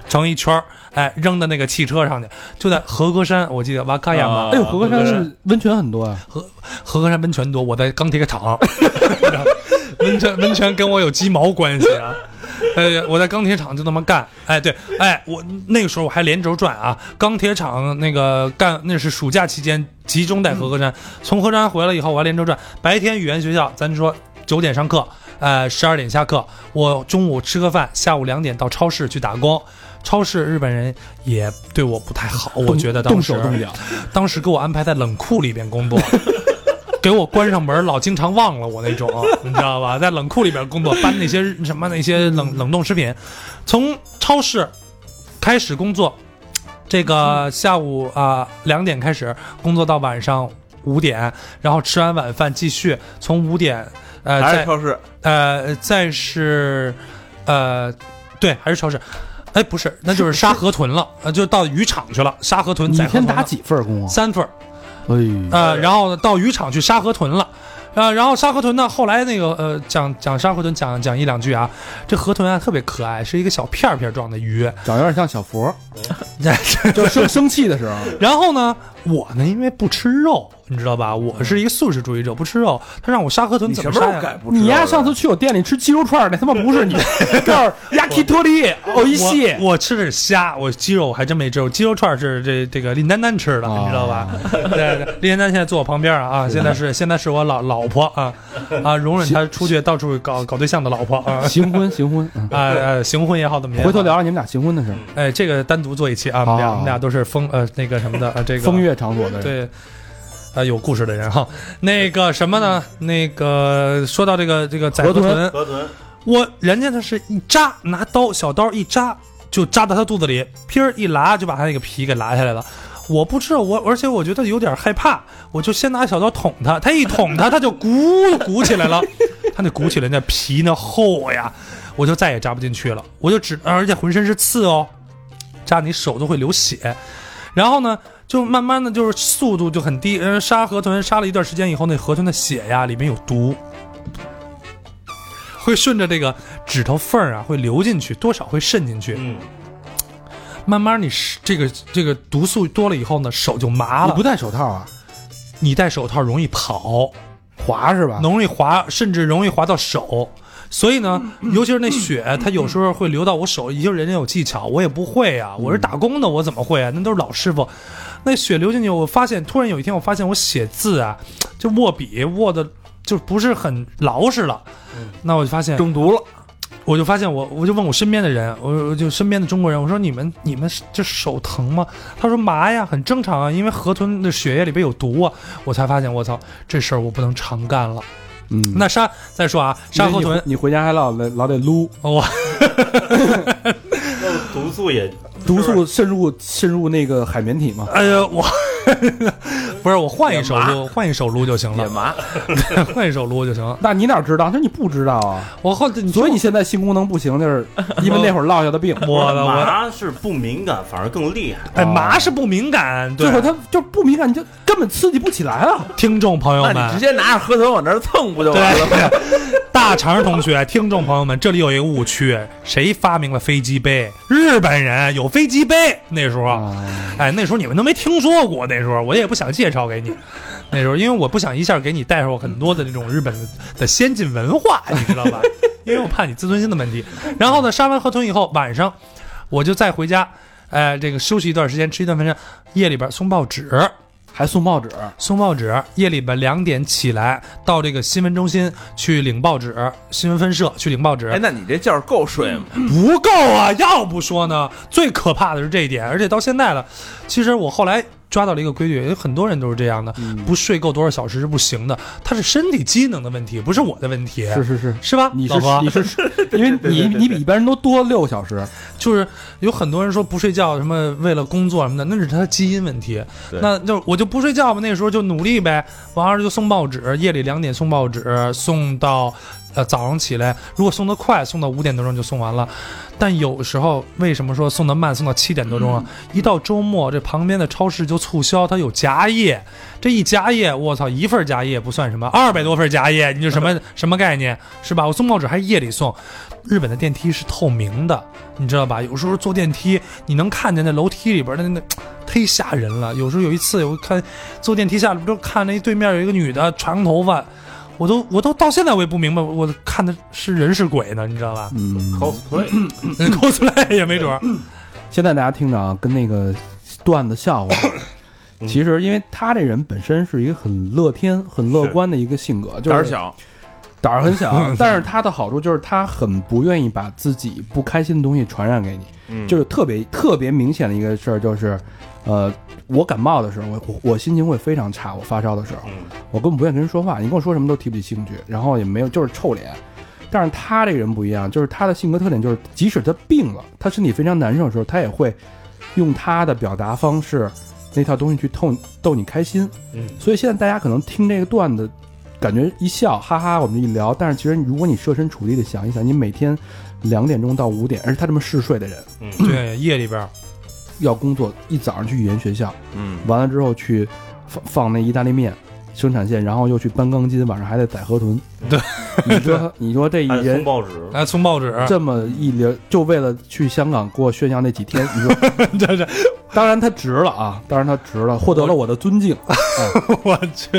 [SPEAKER 5] 成一圈儿，哎，扔到那个汽车上去，就在和歌山，我记得瓦卡亚嘛，
[SPEAKER 3] 哎呦，合格山
[SPEAKER 4] 是
[SPEAKER 3] 是温泉很多啊，
[SPEAKER 5] 和和歌山温泉多，我在钢铁厂， 温泉温泉跟我有鸡毛关系啊！哎，我在钢铁厂就那么干，哎对，哎我那个时候我还连轴转啊，钢铁厂那个干那是暑假期间集中在和歌山，从和歌山回来以后我还连轴转，白天语言学校咱说九点上课，呃十二点下课，我中午吃个饭，下午两点到超市去打工。超市日本人也对我不太好，我
[SPEAKER 3] 动
[SPEAKER 5] 觉得当
[SPEAKER 3] 动
[SPEAKER 5] 时
[SPEAKER 3] 手动脚，
[SPEAKER 5] 当时给我安排在冷库里边工作，给我关上门，老经常忘了我那种， 你知道吧？在冷库里边工作，搬那些什么那些冷冷冻食品，从超市开始工作，这个下午啊两、点开始工作到晚上五点，然后吃完晚饭继续从五点呃
[SPEAKER 2] 还
[SPEAKER 5] 再
[SPEAKER 2] 是超市
[SPEAKER 5] 呃再是呃对还是超市。哎，不是，那就是杀河豚了，呃，就到渔场去了，杀河豚
[SPEAKER 3] 你
[SPEAKER 5] 宰
[SPEAKER 3] 一
[SPEAKER 5] 嗯河豚
[SPEAKER 3] 天打
[SPEAKER 5] 了
[SPEAKER 3] 几份工啊？
[SPEAKER 5] 三份儿，
[SPEAKER 3] 哎呦，
[SPEAKER 5] 呃，然后呢到渔场去杀河豚了，呃，然后杀河豚呢，后来那个呃，讲讲杀河豚讲讲一两句啊，这河豚啊特别可爱，是一个小片儿片儿状的鱼，
[SPEAKER 3] 长得有点像小佛，就生生气的时候，
[SPEAKER 5] 然后呢，我呢因为不吃肉，你知道吧，我是一个素食主义者，不吃肉，他让我杀河豚
[SPEAKER 2] 你
[SPEAKER 5] 怎
[SPEAKER 2] 什么时
[SPEAKER 5] 杀
[SPEAKER 2] 候
[SPEAKER 5] 呀？
[SPEAKER 2] 改不知道的？
[SPEAKER 3] 你丫上次去我店里吃鸡肉串儿，那他妈不 是你，告诉丫提托利，哦一系，
[SPEAKER 5] 我我吃的是虾，我鸡肉我还真没吃，我鸡肉串是这这个林丹丹吃的，
[SPEAKER 3] 哦
[SPEAKER 5] 你知道吧？ 对，对林丹丹现在坐我旁边啊，啊现在是现在是我老老婆啊啊，容忍她出去到处搞搞对象的老婆啊。
[SPEAKER 3] 行婚行婚，嗯
[SPEAKER 5] 啊呃，行婚也好，怎么也好
[SPEAKER 3] 回头聊，聊你们俩行婚的事儿，
[SPEAKER 5] 哎，这个单独做一期啊，我们俩
[SPEAKER 3] 好
[SPEAKER 5] 我们俩都是风呃那个什么的啊，这个
[SPEAKER 3] 风月场所的人，
[SPEAKER 5] 对，啊有故事的人哈。那个什么呢？那个说到这个这个宰河
[SPEAKER 3] 河豚
[SPEAKER 5] 豚，
[SPEAKER 4] 河豚
[SPEAKER 5] 我人家他是一扎，拿刀小刀一扎就扎到他肚子里，皮儿一拉就把他那个皮给拉下来了。我不知道，我而且我觉得有点害怕，我就先拿小刀捅他，他一捅他，他就鼓鼓起来了，他那鼓起来那皮那厚呀，我就再也扎不进去了，我就只而且浑身是刺哦，扎你手都会流血，然后呢，就慢慢的就是速度就很低，嗯，杀河豚杀了一段时间以后，那河豚的血呀里面有毒，会顺着这个指头缝儿啊会流进去，多少会渗进去，
[SPEAKER 4] 嗯，
[SPEAKER 5] 慢慢你是这个这个毒素多了以后呢，手就麻
[SPEAKER 3] 你
[SPEAKER 5] 了，
[SPEAKER 3] 不戴手套啊，
[SPEAKER 5] 你戴手套容易跑，
[SPEAKER 3] 滑是吧？
[SPEAKER 5] 容易滑，甚至容易滑到手。所以
[SPEAKER 2] 嗯
[SPEAKER 5] 呢，尤其是那血，它有时候会流到我手，也就是人家有技巧，我也不会
[SPEAKER 2] 嗯
[SPEAKER 5] 啊，我是打工的，我怎么会啊？那都是老师傅。那血流进去，我发现突然有一天，我发现我写字啊，就握笔握的就不是很牢实了。那我就发现
[SPEAKER 2] 嗯中毒了，
[SPEAKER 5] 我就发现我，我就问我身边的人，我我就身边的中国人，我说你们你们这手疼吗？他说麻呀，很正常啊，因为河豚的血液里边有毒啊。我才发现，我操，这事儿我不能常干了。
[SPEAKER 3] 嗯，
[SPEAKER 5] 那杀再说啊，杀河豚，
[SPEAKER 3] 你回家还老得老得撸，
[SPEAKER 5] 我
[SPEAKER 4] 那毒素也
[SPEAKER 3] 毒素渗入渗入那个海绵体嘛，
[SPEAKER 5] 哎呀 我，不是我换一手撸，换一手撸就行
[SPEAKER 2] 也
[SPEAKER 5] 了，
[SPEAKER 2] 麻。
[SPEAKER 5] 换一手撸就行了。
[SPEAKER 3] 那你哪知道？那你不知道啊，
[SPEAKER 5] 我后你
[SPEAKER 3] 所以你现在性功能不行， 就是因为那会儿落下的病，
[SPEAKER 5] 我的我
[SPEAKER 4] 麻是不敏感，反而更厉害。
[SPEAKER 5] 哎麻是不敏感，
[SPEAKER 3] 最
[SPEAKER 5] 对
[SPEAKER 3] 后他就不敏感，你就根本刺激不起来啊。
[SPEAKER 5] 听众朋友
[SPEAKER 2] 那
[SPEAKER 5] 们，
[SPEAKER 2] 你直接拿着河豚往那儿蹭不就完了吗？
[SPEAKER 5] 对，大肠同学、听众朋友们，这里有一个误区，谁发明了飞机杯？日本人有飞机杯，那时候，
[SPEAKER 2] 啊
[SPEAKER 5] 哎，那时候你们都没听说过，那时候我也不想介绍给你。那时候，因为我不想一下给你带上很多的这种日本的先进文化，你知道 吧？因为我怕你自尊心的问题。然后呢，杀完河豚以后，晚上呃我就再回家，哎、这个休息一段时间，吃一顿饭，夜里边送报纸，
[SPEAKER 3] 还送报纸，
[SPEAKER 5] 送报纸，夜里边两点起来到这个新闻中心去领报纸，新闻分社去领报纸。
[SPEAKER 2] 哎，那你这觉儿够睡吗？
[SPEAKER 5] 不够啊！要不说呢，最可怕的是这一点，而且到现在了，其实我后来抓到了一个规律，有很多人都是这样的，
[SPEAKER 3] 嗯
[SPEAKER 5] 不睡够多少小时是不行的，它是身体机能的问题，不是我的问题，
[SPEAKER 3] 是是是，
[SPEAKER 5] 是吧？
[SPEAKER 3] 你是
[SPEAKER 5] 老婆
[SPEAKER 3] 你 是，因为你你比一般人都多六个小时，
[SPEAKER 5] 就是有很多人说不睡觉，什么为了工作什么的，那是他的基因问题。
[SPEAKER 2] 对
[SPEAKER 5] 那就我就不睡觉嘛，那时候就努力呗，完了就送报纸，夜里两点送报纸，送到呃早上起来，如果送得快，送到五点多钟就送完了。但有时候为什么说送得慢，送到七点多钟啊？一到周末，这旁边的超市就促销，它有夹页，这一夹页，我操，一份夹页不算什么，二百多份夹页，你这什么什么概念是吧？我送报纸还夜里送，日本的电梯是透明的，你知道吧？有时候坐电梯，你能看见那楼梯里边的那那忒吓人了。有时候有一次，我看坐电梯下来，不就看那对面有一个女的长头发，我都我都到现在我也不明白，我看的是人是鬼呢，你知道吧
[SPEAKER 3] 嗯，
[SPEAKER 4] cosplay，
[SPEAKER 5] ？cosplay 也没准儿，
[SPEAKER 3] 现在大家听着啊，跟那个段子 笑话。
[SPEAKER 2] 嗯
[SPEAKER 3] 其实，因为他这人本身是一个很乐天、很乐观的一个性格，就
[SPEAKER 2] 胆儿
[SPEAKER 3] 是
[SPEAKER 2] 小，
[SPEAKER 3] 胆儿很小， 但是他的好处就是他很不愿意把自己不开心的东西传染给你，
[SPEAKER 2] 嗯
[SPEAKER 3] 就是特别特别明显的一个事儿，就是，呃，我感冒的时候，我我我心情会非常差，我发烧的时候，
[SPEAKER 4] 嗯
[SPEAKER 3] 我根本不愿意跟人说话，你跟我说什么都提不起兴趣，然后也没有就是臭脸。但是他这个人不一样，就是他的性格特点就是，即使他病了，他身体非常难受的时候，他也会用他的表达方式那套东西去逗你逗你开心。
[SPEAKER 4] 嗯，
[SPEAKER 3] 所以现在大家可能听这个段子，感觉一笑哈哈，我们一聊，但是其实如果你设身处地的想一想，你每天两点钟到五点，而且他这么嗜睡的人，
[SPEAKER 4] 嗯
[SPEAKER 5] 对，夜里边儿
[SPEAKER 3] 要工作，一早上去语言学校，
[SPEAKER 2] 嗯，
[SPEAKER 3] 完了之后去放放那意大利面生产线，然后又去搬钢筋，晚上还得宰河豚。
[SPEAKER 5] 对，
[SPEAKER 3] 你说 你说这一
[SPEAKER 4] 还送
[SPEAKER 3] 人
[SPEAKER 4] 报纸，
[SPEAKER 5] 来送报纸，
[SPEAKER 3] 这么一流，就为了去香港过炫耀那几 天，你说，
[SPEAKER 5] 这这，
[SPEAKER 3] 当然他值了啊，当然他值了，获得了我的尊敬。
[SPEAKER 5] 我去。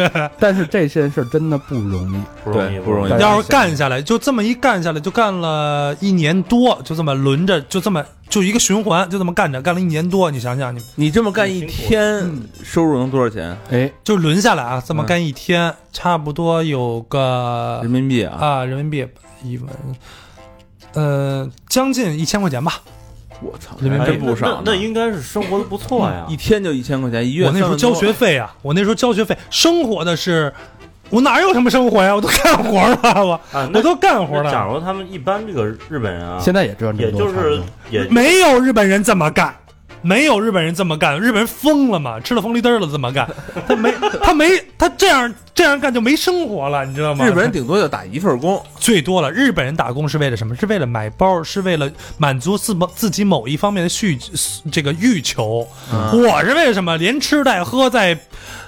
[SPEAKER 3] 但是这件事真的不容易，
[SPEAKER 4] 不容易，
[SPEAKER 2] 对不容易
[SPEAKER 4] 易。
[SPEAKER 5] 要是干下来，就这么一干下来，就干了一年多，就这么轮着，就这么就一个循环，就这么干着，干了一年多。你想想，你
[SPEAKER 2] 你这么干一天，收入能多少钱？
[SPEAKER 3] 哎，
[SPEAKER 5] 就轮下来啊，这么
[SPEAKER 2] 嗯
[SPEAKER 5] 干一天，差不多有个
[SPEAKER 2] 人民币啊？
[SPEAKER 5] 啊人民币一万，呃，将近一千块钱吧。
[SPEAKER 2] 我操，
[SPEAKER 5] 人民币
[SPEAKER 2] 真不少呢。
[SPEAKER 4] 哎那那应该是生活的不错呀
[SPEAKER 2] 一。天就一千块钱，一月
[SPEAKER 5] 我那时候
[SPEAKER 2] 三
[SPEAKER 5] 交
[SPEAKER 2] 万多
[SPEAKER 5] 学费啊，我那时候交学费，生活的是，我哪有什么生活呀？我都干活了，我
[SPEAKER 4] 啊，那
[SPEAKER 5] 我都干活
[SPEAKER 4] 那假
[SPEAKER 5] 了，
[SPEAKER 4] 如他们一般这个日本人啊，
[SPEAKER 3] 现在也知道你
[SPEAKER 4] 也就是也
[SPEAKER 5] 没有日本人这么干。没有日本人这么干，日本人疯了嘛？吃了疯驴嘚儿了这么干，他没他没他这样这样干就没生活了，你知道吗？
[SPEAKER 2] 日本人顶多就打一份工，
[SPEAKER 5] 最多了。日本人打工是为了什么？是为了买包，是为了满足自某自己某一方面的需这个欲求。
[SPEAKER 3] 嗯
[SPEAKER 5] 我是为什么？连吃带喝，再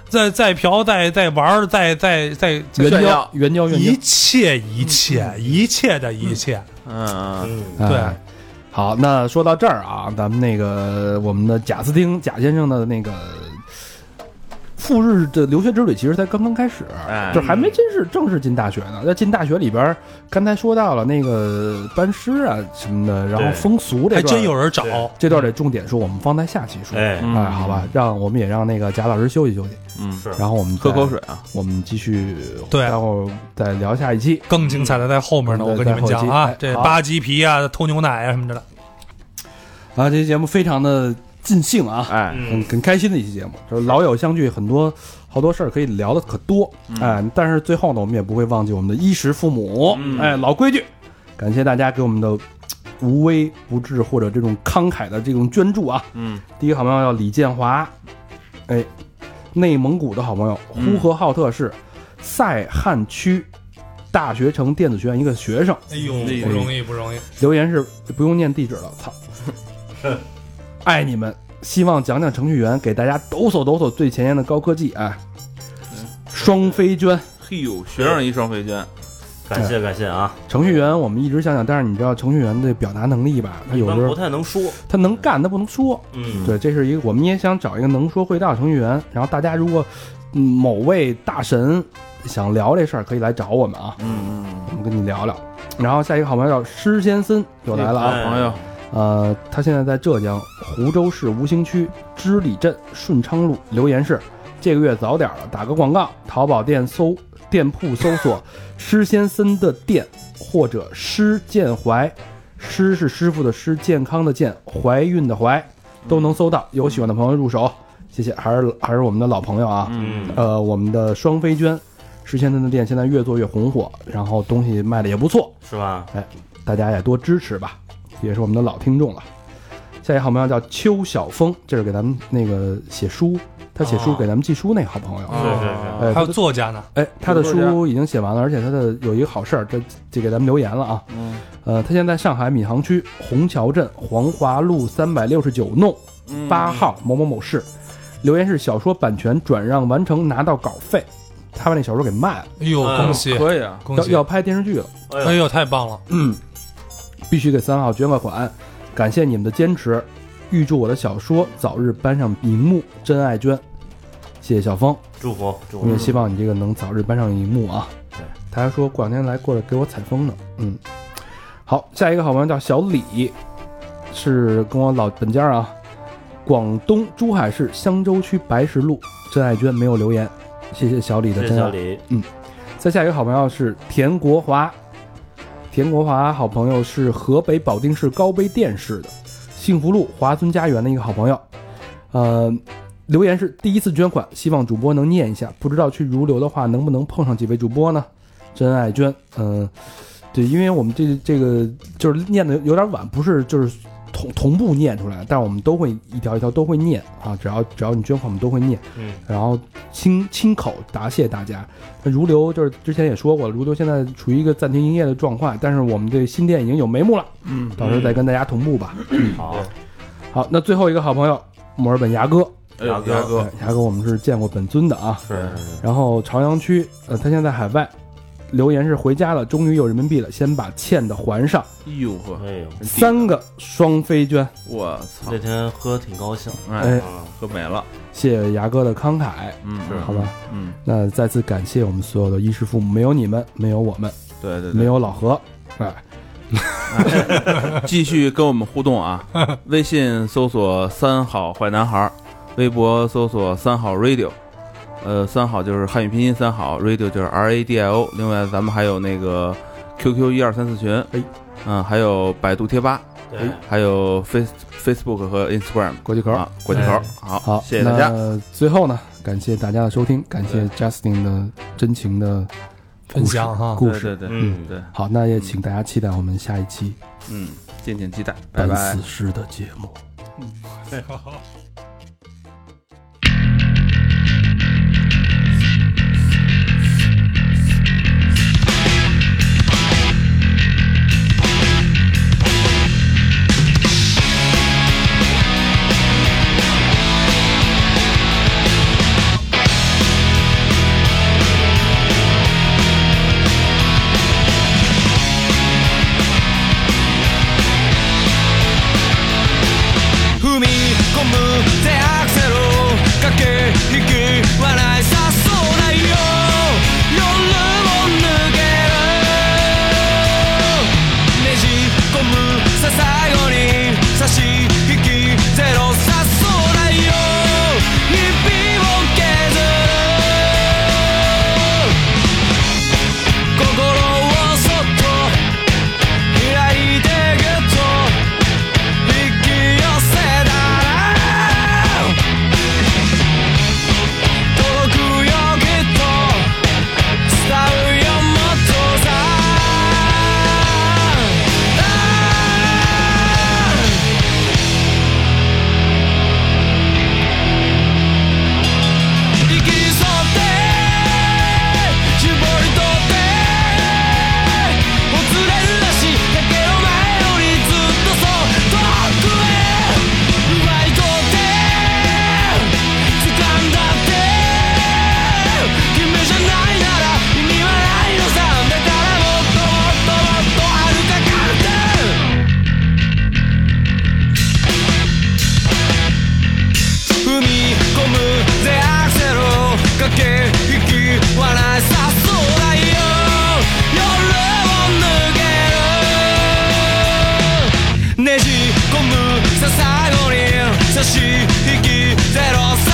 [SPEAKER 5] 再再嫖，再再玩儿，再再再
[SPEAKER 3] 援
[SPEAKER 5] 再
[SPEAKER 2] 炫
[SPEAKER 3] 交
[SPEAKER 2] 耀
[SPEAKER 3] 援交援
[SPEAKER 5] 一
[SPEAKER 3] 交。
[SPEAKER 5] 切一切一切的一切。
[SPEAKER 2] 嗯，
[SPEAKER 4] 嗯，
[SPEAKER 5] 对
[SPEAKER 3] 哎好，那说到这儿啊，咱们那个我们的贾斯汀贾先生的那个赴日的留学之旅，其实才刚刚开始，
[SPEAKER 4] 嗯
[SPEAKER 2] 哎
[SPEAKER 3] 就还没真是正式进大学呢。在进大学里边儿，刚才说到了那个班师啊什么的，然后
[SPEAKER 4] 对
[SPEAKER 3] 风俗这
[SPEAKER 5] 还
[SPEAKER 3] 段
[SPEAKER 5] 真有人找，
[SPEAKER 4] 对
[SPEAKER 3] 这段得重点说，我们放在下期说。
[SPEAKER 4] 哎，
[SPEAKER 2] 嗯
[SPEAKER 3] 哎好吧，，让我们也让那个贾老师休息休息，
[SPEAKER 2] 嗯，
[SPEAKER 4] 是
[SPEAKER 3] 然后我们
[SPEAKER 2] 喝
[SPEAKER 3] 再
[SPEAKER 2] 口，水啊，
[SPEAKER 3] 我们继续
[SPEAKER 5] 对
[SPEAKER 3] 然后再聊下一期。
[SPEAKER 5] 更精彩的在后面呢。
[SPEAKER 3] 嗯
[SPEAKER 5] 我跟你们讲
[SPEAKER 3] 对在后期
[SPEAKER 5] 啊，
[SPEAKER 3] 哎
[SPEAKER 5] 这
[SPEAKER 3] 好
[SPEAKER 5] 扒鸡皮啊、偷牛奶啊什么的，
[SPEAKER 3] 啊，这期节目非常的尽兴啊，
[SPEAKER 2] 哎，
[SPEAKER 3] 很
[SPEAKER 4] 嗯，
[SPEAKER 3] 很开心的一期节目，就是老友相聚，很多好多事儿可以聊的可多，
[SPEAKER 2] 嗯
[SPEAKER 3] 哎，但是最后呢，我们也不会忘记我们的衣食父母，
[SPEAKER 2] 嗯
[SPEAKER 3] 哎，老规矩，感谢大家给我们的嘖无微不至或者这种慷慨的这种捐助啊。
[SPEAKER 2] 嗯，
[SPEAKER 3] 第一个好朋友叫李建华，哎，内蒙古的好朋友，呼和浩特市
[SPEAKER 2] 嗯
[SPEAKER 3] 塞罕区大学城电子学院一个学生，
[SPEAKER 5] 哎呦，
[SPEAKER 2] 嗯
[SPEAKER 5] 不容易，不容易。
[SPEAKER 3] 留言是不用念地址了，操！爱你们，希望讲讲程序员给大家抖擞抖擞最前沿的高科技啊！双飞娟，
[SPEAKER 2] 嘿呦，学生一双飞娟，
[SPEAKER 4] 感谢感谢啊，
[SPEAKER 3] 程序员我们一直想想，但是你知道程序员的表达能力吧，他
[SPEAKER 4] 一
[SPEAKER 3] 有
[SPEAKER 4] 般
[SPEAKER 3] 时
[SPEAKER 4] 不
[SPEAKER 3] 候
[SPEAKER 4] 太能说，
[SPEAKER 3] 他能干，他不能说。
[SPEAKER 4] 嗯，
[SPEAKER 3] 对，这是一个我们也想找一个能说会道的程序员。然后大家如果嗯某位大神想聊这事儿，可以来找我们啊，
[SPEAKER 2] 嗯
[SPEAKER 3] 我们跟你聊聊。然后下一个好朋友叫施先森又来了啊，
[SPEAKER 2] 嗯，朋友，
[SPEAKER 3] 呃，他现在在浙江湖州市吴兴区织里镇顺昌路，留言是：这个月早点了，打个广告，淘宝店搜店铺搜索“施先森的店”或者“施建怀”，施是师傅的施，健康的健，怀孕的怀，都能搜到。有喜欢的朋友入手，哦谢谢，还是还是我们的老朋友啊。
[SPEAKER 4] 嗯，
[SPEAKER 3] 呃，我们的双飞娟，石先生的店现在越做越红火，然后东西卖的也不错，
[SPEAKER 4] 是吧？
[SPEAKER 3] 大家也多支持吧，也是我们的老听众了。下一个好朋友叫邱晓峰，这是给咱们那个写书，他写书
[SPEAKER 4] 哦
[SPEAKER 3] 给咱们寄书那个好朋友。
[SPEAKER 4] 是是是
[SPEAKER 2] 哦
[SPEAKER 3] 哎
[SPEAKER 5] 还有作家呢，
[SPEAKER 3] 哎，他的
[SPEAKER 2] 这个作家
[SPEAKER 3] 书已经写完了，而且他的有一个好事儿，这这给咱们留言了啊。
[SPEAKER 2] 嗯
[SPEAKER 3] 呃，他现在上海闵行区虹桥镇黄华路三百六十九弄
[SPEAKER 2] 嗯
[SPEAKER 3] 八号某某某市，留言是小说版权转让完成，拿到稿费，他把那小说给卖了，
[SPEAKER 5] 哎呦，
[SPEAKER 4] 哎
[SPEAKER 5] 恭喜
[SPEAKER 2] 可以啊，
[SPEAKER 5] 恭
[SPEAKER 3] 嗯要
[SPEAKER 5] 喜！
[SPEAKER 3] 要拍电视剧了。
[SPEAKER 5] 哎呦，太棒 了！
[SPEAKER 3] 嗯，必须给三号捐个款，感谢你们的坚持，预祝我的小说早日搬上荧幕，真爱捐，谢谢小峰，
[SPEAKER 4] 祝福祝
[SPEAKER 3] 我们也
[SPEAKER 4] 福，
[SPEAKER 3] 希望你这个能早日搬上荧幕啊。
[SPEAKER 4] 对，
[SPEAKER 3] 他还说过两天来过来给我采风呢。嗯，好，下一个好朋友叫小李，是跟我老本家啊，广东珠海市香洲区白石路真爱娟没有留言，谢谢小李的
[SPEAKER 4] 谢
[SPEAKER 3] 真
[SPEAKER 4] 谢
[SPEAKER 3] 爱
[SPEAKER 4] 小。李，
[SPEAKER 3] 再下一个好朋友是田国华，田国华好朋友是河北保定市高碑店市的幸福路华村家园的一个好朋友，呃，留言是第一次捐款，希望主播能念一下，不知道去如流的话能不能碰上几位主播呢？真爱捐，嗯、对，因为我们这这个就是念的有点晚，不是就是同同步念出来，但我们都会一条一条都会念啊，只要只要你捐款，我们都会念。
[SPEAKER 4] 嗯，
[SPEAKER 3] 然后亲亲口答谢大家。那如流就是之前也说过，如流现在处于一个暂停营业的状况，但是我们这新店已经有眉目了，
[SPEAKER 2] 嗯，
[SPEAKER 3] 到时候再跟大家同步吧。
[SPEAKER 4] 好，
[SPEAKER 3] 好，那最后一个好朋友墨尔本牙哥，
[SPEAKER 2] 哎呦
[SPEAKER 4] 牙哥
[SPEAKER 2] 牙哥
[SPEAKER 3] 哎，牙哥我们是见过本尊的啊。
[SPEAKER 4] 是是是，
[SPEAKER 3] 然后朝阳区，呃，他现在海外，留言是回家了，终于有人民币了，先把欠的还上。
[SPEAKER 2] 哎呦呵，
[SPEAKER 4] 哎呦，
[SPEAKER 3] 三个双飞捐，
[SPEAKER 2] 我操
[SPEAKER 4] 那，天喝挺高兴，
[SPEAKER 2] 哎
[SPEAKER 3] 哎，
[SPEAKER 4] 嗯，
[SPEAKER 2] 喝没了，
[SPEAKER 3] 谢谢牙哥的慷慨，
[SPEAKER 2] 嗯，
[SPEAKER 4] 是
[SPEAKER 3] 好吧。
[SPEAKER 2] 嗯，
[SPEAKER 3] 那再次感谢我们所有的衣食父母，没有你们，没有我们，
[SPEAKER 2] 对对对，
[SPEAKER 3] 没有老何，哎，
[SPEAKER 2] 继续跟我们互动 啊！微信搜索“三好坏男孩”，微博搜索“三好 radio”，呃，三好就是汉语拼音三好，radio 就是 R A D I O。另外，咱们还有那个 QQ 一二三四群，
[SPEAKER 3] 哎，
[SPEAKER 2] 嗯，还有百度贴吧，
[SPEAKER 4] 对，
[SPEAKER 2] 还有 Face Facebook 和 Instagram
[SPEAKER 3] 国际壳。
[SPEAKER 2] 啊，国际头
[SPEAKER 5] 哎。
[SPEAKER 2] 好，
[SPEAKER 3] 好，
[SPEAKER 2] 谢谢大家。
[SPEAKER 3] 那最后呢，感谢大家的收听，感谢 Justin 的真情的
[SPEAKER 5] 分享哈
[SPEAKER 3] 故事。
[SPEAKER 2] 对对对，
[SPEAKER 4] 嗯，
[SPEAKER 2] 对，
[SPEAKER 3] 好，那也请大家期待我们下一期
[SPEAKER 2] 嗯，敬请期待，拜
[SPEAKER 3] 本
[SPEAKER 2] 拜
[SPEAKER 3] 死。尸的节目。
[SPEAKER 5] 哎
[SPEAKER 6] 踏み込む手アクセル駆け引きはないさそうないよ夜を抜けるねじ込むさ最後に差し引きゼロさそうないよ日々を削る心をそっと開いてギュッと引き寄せだら届くよきっと伝うよもっとさ生き添って絞り取って「ほつれるらしだけど前よりずっとそう遠くへ奪い取って」「掴んだって君じゃないなら意味はないのさ」「だからもっともっともっと歩かかって」踏み込むぜアクセル駆け引き笑いさそうだよ夜を抜けるねじ込むさ最後に差し引きゼロさ